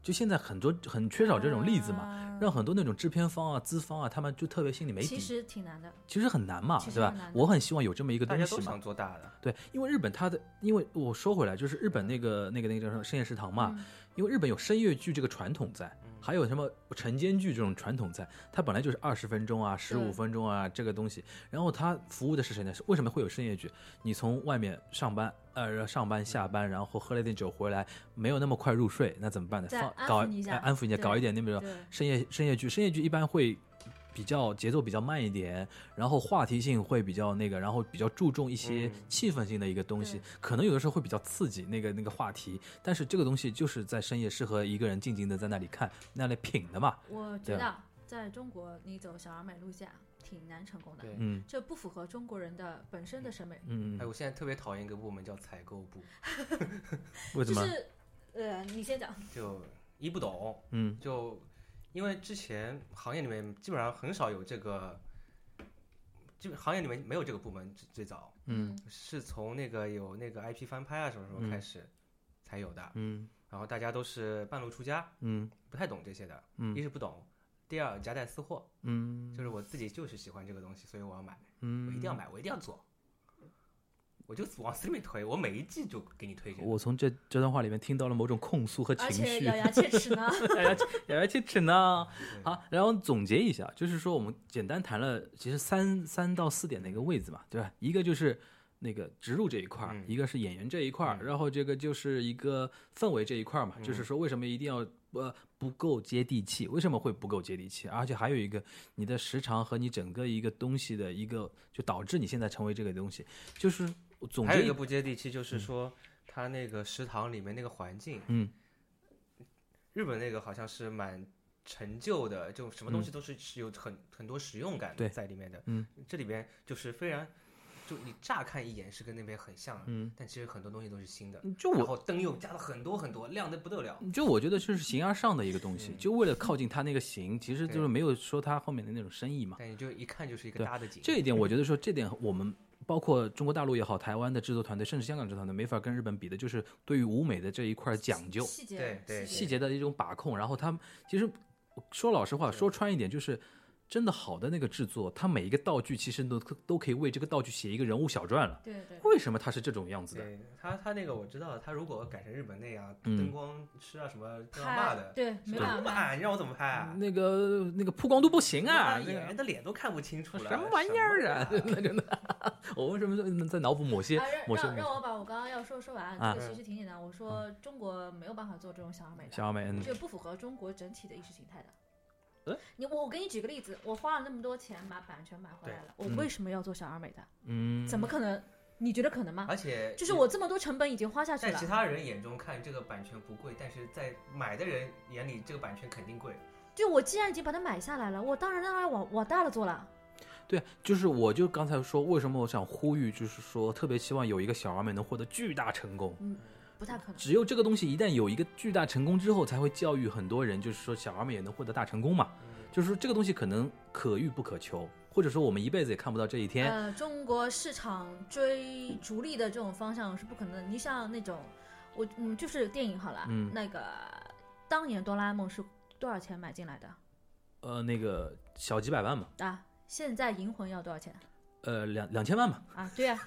就现在很多很缺少这种例子嘛，嘛让很多那种制片方啊、资方啊，他们就特别心里没底，啊嗯其实挺难的，其实很难嘛，其实对吧很难？的我很希望有这么一个大东家西都嘛想，做大的，对，因为日本它的，因为我说回来，就是日本那个那个那个叫什么深夜食堂嘛，嗯因为日本有声乐剧这个传统在，还有什么晨间剧这种传统在，它本来就是二十分钟啊、十五对分钟啊这个东西，然后它服务的是谁呢？是为什么会有深夜剧？你从外面上班，呃，上班下班，然后喝了点酒回来，没有那么快入睡，那怎么办呢？再放安搞抚你一下哎安抚一下，对搞一点那种对，深夜深夜剧，深夜剧一般会比较节奏比较慢一点，然后话题性会比较那个，然后比较注重一些嗯气氛性的一个东西，对可能有的时候会比较刺激那个那个话题，但是这个东西就是在深夜适合一个人静静的在那里看，那里品的嘛，我对觉啊得在中国你走小而美路线啊挺难成功的，对。嗯这不符合中国人的本身的审美，嗯哎，嗯，我现在特别讨厌一个部门叫采购部，为什就么？是呃，你先讲，就一不懂，嗯就因为之前行业里面基本上很少有这个，基本行业里面没有这个部门最最早，嗯是从那个有那个 IP 翻拍啊什么什么开始才有的，嗯然后大家都是半路出家，嗯不太懂这些的，嗯一是不懂，第二夹带私货，嗯就是我自己就是喜欢这个东西，所以我要买，我一定要嗯，买，我一定要做，我就往死里面推，我每一季就给你推这个。我从这这段话里面听到了某种控诉和而情且绪咬。牙切齿 <laughs> 呢，咬牙切齿呢。对好，然后总结一下，就是说我们简单谈了，其实三三到四点的一个位置嘛，对吧？一个就是那个植入这一块儿，嗯一个是演员这一块儿，嗯然后这个就是一个氛围这一块儿嘛，就是嗯说为什么一定要呃不够接地气？为什么会不够接地气？而且还有一个，你的时长和你整个一个东西的一个，就导致你现在成为这个东西，就是总还有一结个不接地气，就是说他那个食堂里面那个环境，嗯，日本那个好像是蛮陈旧的，就什么东西都是是有很很多实用感嗯对在里面的。嗯，这里边就是非常，就你乍看一眼是跟那边很像，嗯，但其实很多东西都是新的。就我嗯然后灯又加了很多很多，亮的不得了。就我觉得就是形而上的一个东西，嗯就为了靠近它那个形，其实就是对没有说它后面的那种深意嘛。但你就一看就是一个对搭的景，这一点，我觉得说这点我们包括中国大陆也好，台湾的制作团队，甚至香港制作团队没法跟日本比的，就是对于舞美的这一块讲究、细节对对细细节节的一种把控。然后他们其实说老实话，说穿一点就是。真的好的那个制作，它每一个道具其实都都可以为这个道具写一个人物小传了。对对为什么它是这种样子的？对他他那个我知道，他如果改成日本那样，嗯灯光师啊什么都要骂拍的，对没办法嗯拍，骂，你让我怎么拍啊？那个那个曝光度不行啊！演那个员的脸都看不清楚了，什么玩意儿啊！ <laughs> 什真么的真的，我为什么在脑补某些啊某让些让东让我把我刚刚要说说完，啊这个其实挺简单。我说中国没有办法做这种小而美西的，小美，嗯这不符合中国整体的意识形态呃的。你我我给你举个例子，我花了那么多钱把版权买回来了，我为什么要做小而美的？嗯，怎么可能？你觉得可能吗？<laughs> 而且就是我这么多成本已经花下去在了其，他人眼中看这个版权不贵，但是在买的人眼里这个版权肯定贵。就我既然已经把它买下来了，我当然当然往往大了做了。对，啊就是我就刚才说，为什么我想呼吁，就是说特别希望有一个小而美能获得巨大成功。嗯，不太可能。只有这个东西一旦有一个巨大成功之后，才会教育很多人，就是说小而美也能获得大成功嘛。嗯就是说这个东西可能可遇不可求，或者说我们一辈子也看不到这一天。呃，中国市场追逐利的这种方向是不可能的。你像那种，我嗯，就是电影好了，嗯那个当年哆啦 A 梦是多少钱买进来的呃，那个小几百万嘛，啊？现在银魂要多少钱呃，两两千万嘛，啊？<laughs> 对呀、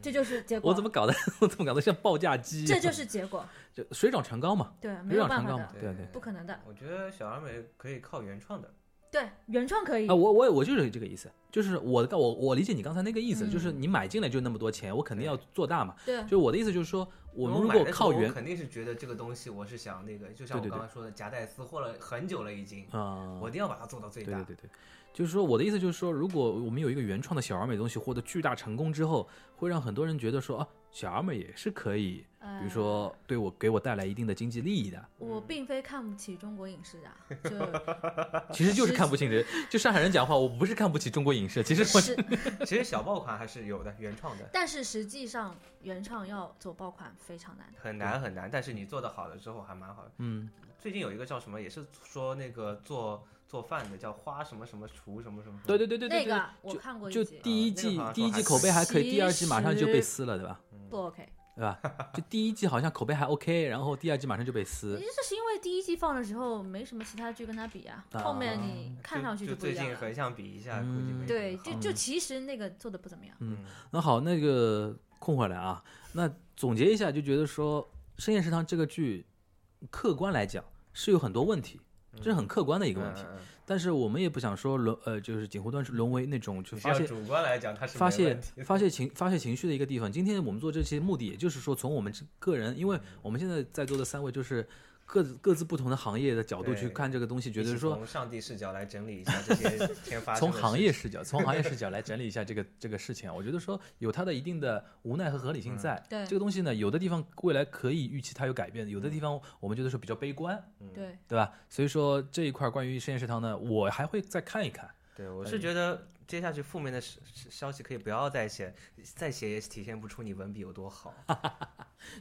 这就是结果。我怎么搞的？ <laughs> 我怎么搞得像报价机一样？这就是结果，就水涨船高嘛，对，没水涨有办船法高嘛啊的，，对对。不可能的。我觉得小而美可以靠原创的，对，原创可以啊，，我我也我就是这个意思，就是我的我我理解你刚才那个意思，就是你买进来就那么多钱，我肯定要做大嘛。嗯对就是我的意思就是说，我们如买果的时候靠原我肯定是觉得这个东西我是想那个，就像对我对刚刚说的，夹带私货了很久了已经，啊，我一定要把它做到最对大对。对对，就是说我的意思就是说，如果我们有一个原创的小而美东西获得巨大成功之后，会让很多人觉得说啊，小而美也是可以，比如说对我给我带来一定的经济利益的，呃我并非看不起中国影 <laughs> 视的啊，就其实就是看不起人。就上海人讲话，我不是看不起中国影视，其实我是，其实小爆款还是有的，原创的但是实际上原创要做爆款非常难的。很难很难，但是你做的好了之后还蛮好的。嗯，最近有一个叫什么，也是说那个做做饭的，叫花什么什么厨什么什么。对对对对对那对个。我看过就一集，第一啊那个季好像，第一说季还口碑还可以，其第二季马上就被实撕了，对吧？不 OK。对吧？就第一季好像口碑还 OK，然后第二季马上就被撕其。实这是因为第一季放的时候没什么其他剧跟它比啊，啊后面你就看上去就不一最样近了。横向比一嗯下，估计没什么对，好就就其实那个做的不怎么样。嗯，那好，那个空回来啊，那总结一下，就觉得说《深夜食堂》这个剧，客观来讲是有很多问题，这是很客观的一一个问题。嗯嗯嗯但是我们也不想说沦呃，就是锦湖端沦为那种就你发是泄要主观来讲，它是发没泄问题的发泄情发泄情绪的一个地方。今天我们做这期目的，也就是说从我们个人，嗯因为我们现在在座的三位就是各自各自不同的行业的角度对去看这个东西，觉一得起说从上帝视角来整理一下这 <laughs> 些天发生从的行事业情视角，从行业视角来整理一下这个 <laughs> 这个事情啊，我觉得说有它的一定的无奈和合理嗯性在。对这个东西呢，有的地方未来可以预期它有改变，有的嗯地方我们觉得说比较悲观，对，对吧？所以说这一块关于实验食堂呢，我还会再看一看。对，呃我是觉得接下去负面的消消息可以不要再写，再写也体现不出你文笔有多好。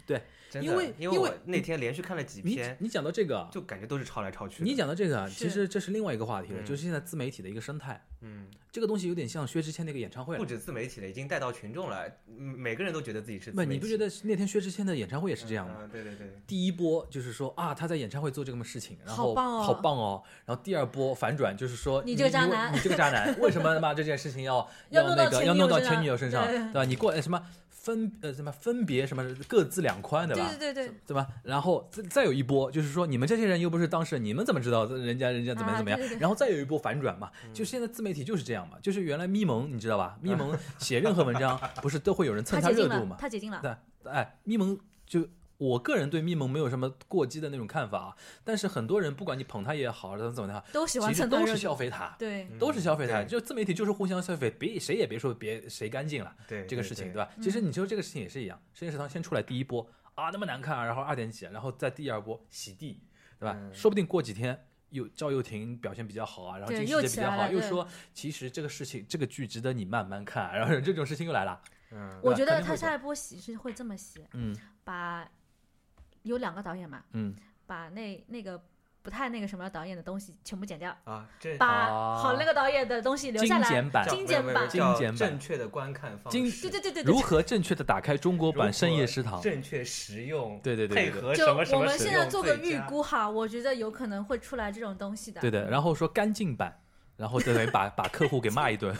对，真的，啊因为因因我为那天连续看了几你篇，你讲到这个啊，就感觉都是抄来抄去的。你讲到这个啊，是其实这是另外一个话题了，就是现在自媒体的一个生态。嗯，这个东西有点像薛之谦那个演唱会不了。止自媒体了，已经带到群众了，嗯每个人都觉得自己是自不，媒体。你不觉得那天薛之谦的演唱会也是这样吗？嗯？对对对，第一波就是说啊，他在演唱会做这个事情，然后好棒哦哦然后第二波反转就是说你这个渣男你，你这个渣 <laughs> 男，为什么他妈这件事情要要弄那到个前要女弄友到身前上女友身上，对对吧？你过呃什么分呃什么分别什么各自两宽，对吧？对对对对，对吧？然后再再有一波，就是说你们这些人又不是当事人，你们怎么知道人家人家怎么啊怎么样？对对对嗯然后再有一波反转嘛，就现在自媒体就是这样嘛，就是原来咪蒙你知道吧？咪 <laughs> 蒙写任何文章不是都会有人蹭他解热禁度了嘛，？他解禁了。对，哎，咪蒙就我个人对咪蒙没有什么过激的那种看法啊，但是很多人不管你捧他也好，怎么怎么样，都喜欢其实蹭他都是热度。消费他。对，嗯都是消费他，对就自媒体就是互相消费，别谁也别说别谁干净了。对这个事情，对吧？嗯其实你说这个事情也是一样，深夜食堂先出来第一波啊，那么难看啊，然后二点几，然后再第二波洗地，对吧？嗯说不定过几天又赵又廷表现比较好啊，然后对金世又杰比起较来好，了又对说其实这个事情这个剧值得你慢慢看，啊然后这种事情又来了，嗯，我对肯觉得定他会下一波洗是会这么洗，嗯把有两个导演嘛，嗯，把那那个不太那个什么导演的东西全部剪掉，啊，这把好啊那个导演的东西留精下来。简版叫精简没有没有版叫哎精简版正确的观看方精式对，对对对对如。何正确的打开中国版如深夜何食堂？正确实用，对对对对配合就什么什我么们使现在用做个最预佳估哈，我觉得有可能会出来这种东西的。对的，然后说干净版，然后等于把把客户给骂一 <laughs> 顿，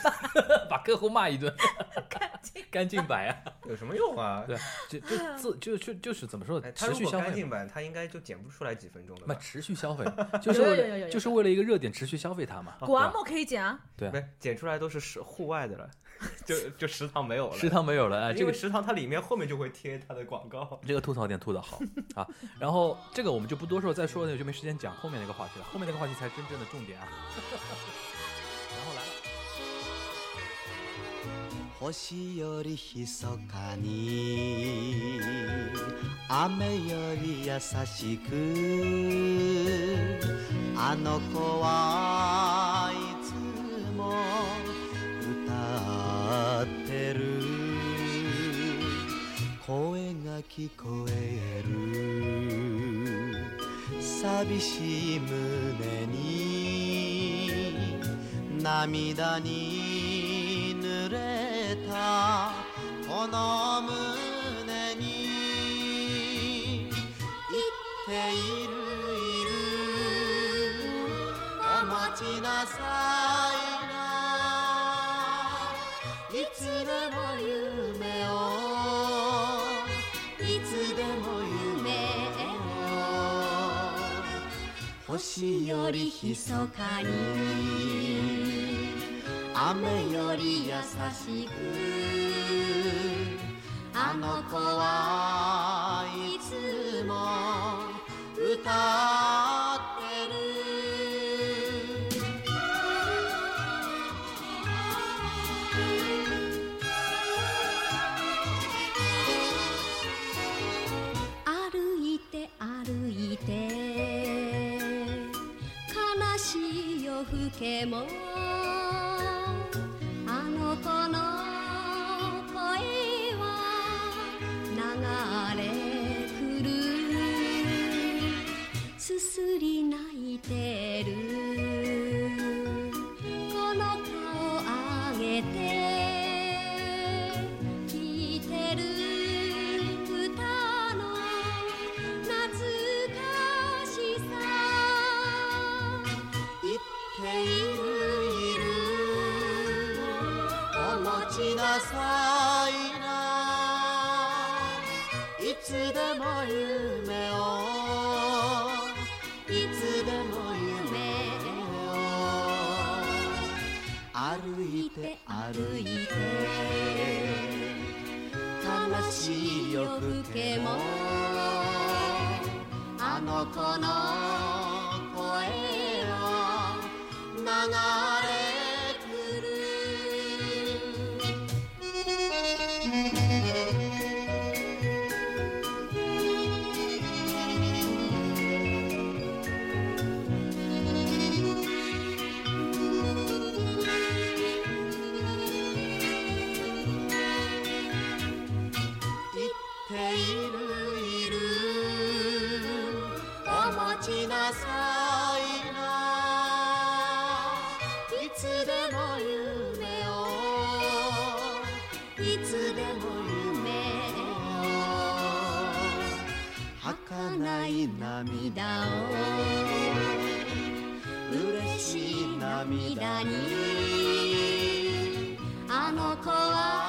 把客户骂一顿，干净版呀，有什么用啊？对，就 <laughs> 就自就就就是怎么说，哎，他持如续果消干费嘛。净版，他应该就剪不出来几分钟的那吧？持续消 <laughs> 费就是有为有有有了有就是为了一个热点持续消费它嘛。古阿莫可以剪啊，对不，是，剪出来都是食户外的了， <laughs> 就就食堂没有了。食堂没有了，哎，这因为个食堂它里面后面就会贴它的广告。这个吐槽点吐的好啊。然后这个我们就不多说，再说呢就没时间讲后面那个话题了，后面那个话题才真正的重点啊。然后来了。星よりひそかに雨より優しくあの子はいつも歌ってる声が聞こえる寂しい胸に涙に濡れたこの胸に言っているいるお待ちなさいないつでも夢をいつでも夢を星よりひそかに雨より優しくあの子はいつも歌ってる歩いて歩いて悲しい夜更けもあの子の声は流れ来るすすり泣いてるこの顔上げて聞いてる歌の懐かしさ言っているいるお持ちなさいないつでも夢をいつでも夢を歩いて歩いて悲しい夜更けもあの子の声は流れ来る言っているいるお持ちなさいないつでも夢をいつでも夢を儚い涙を嬉しい涙にあの子は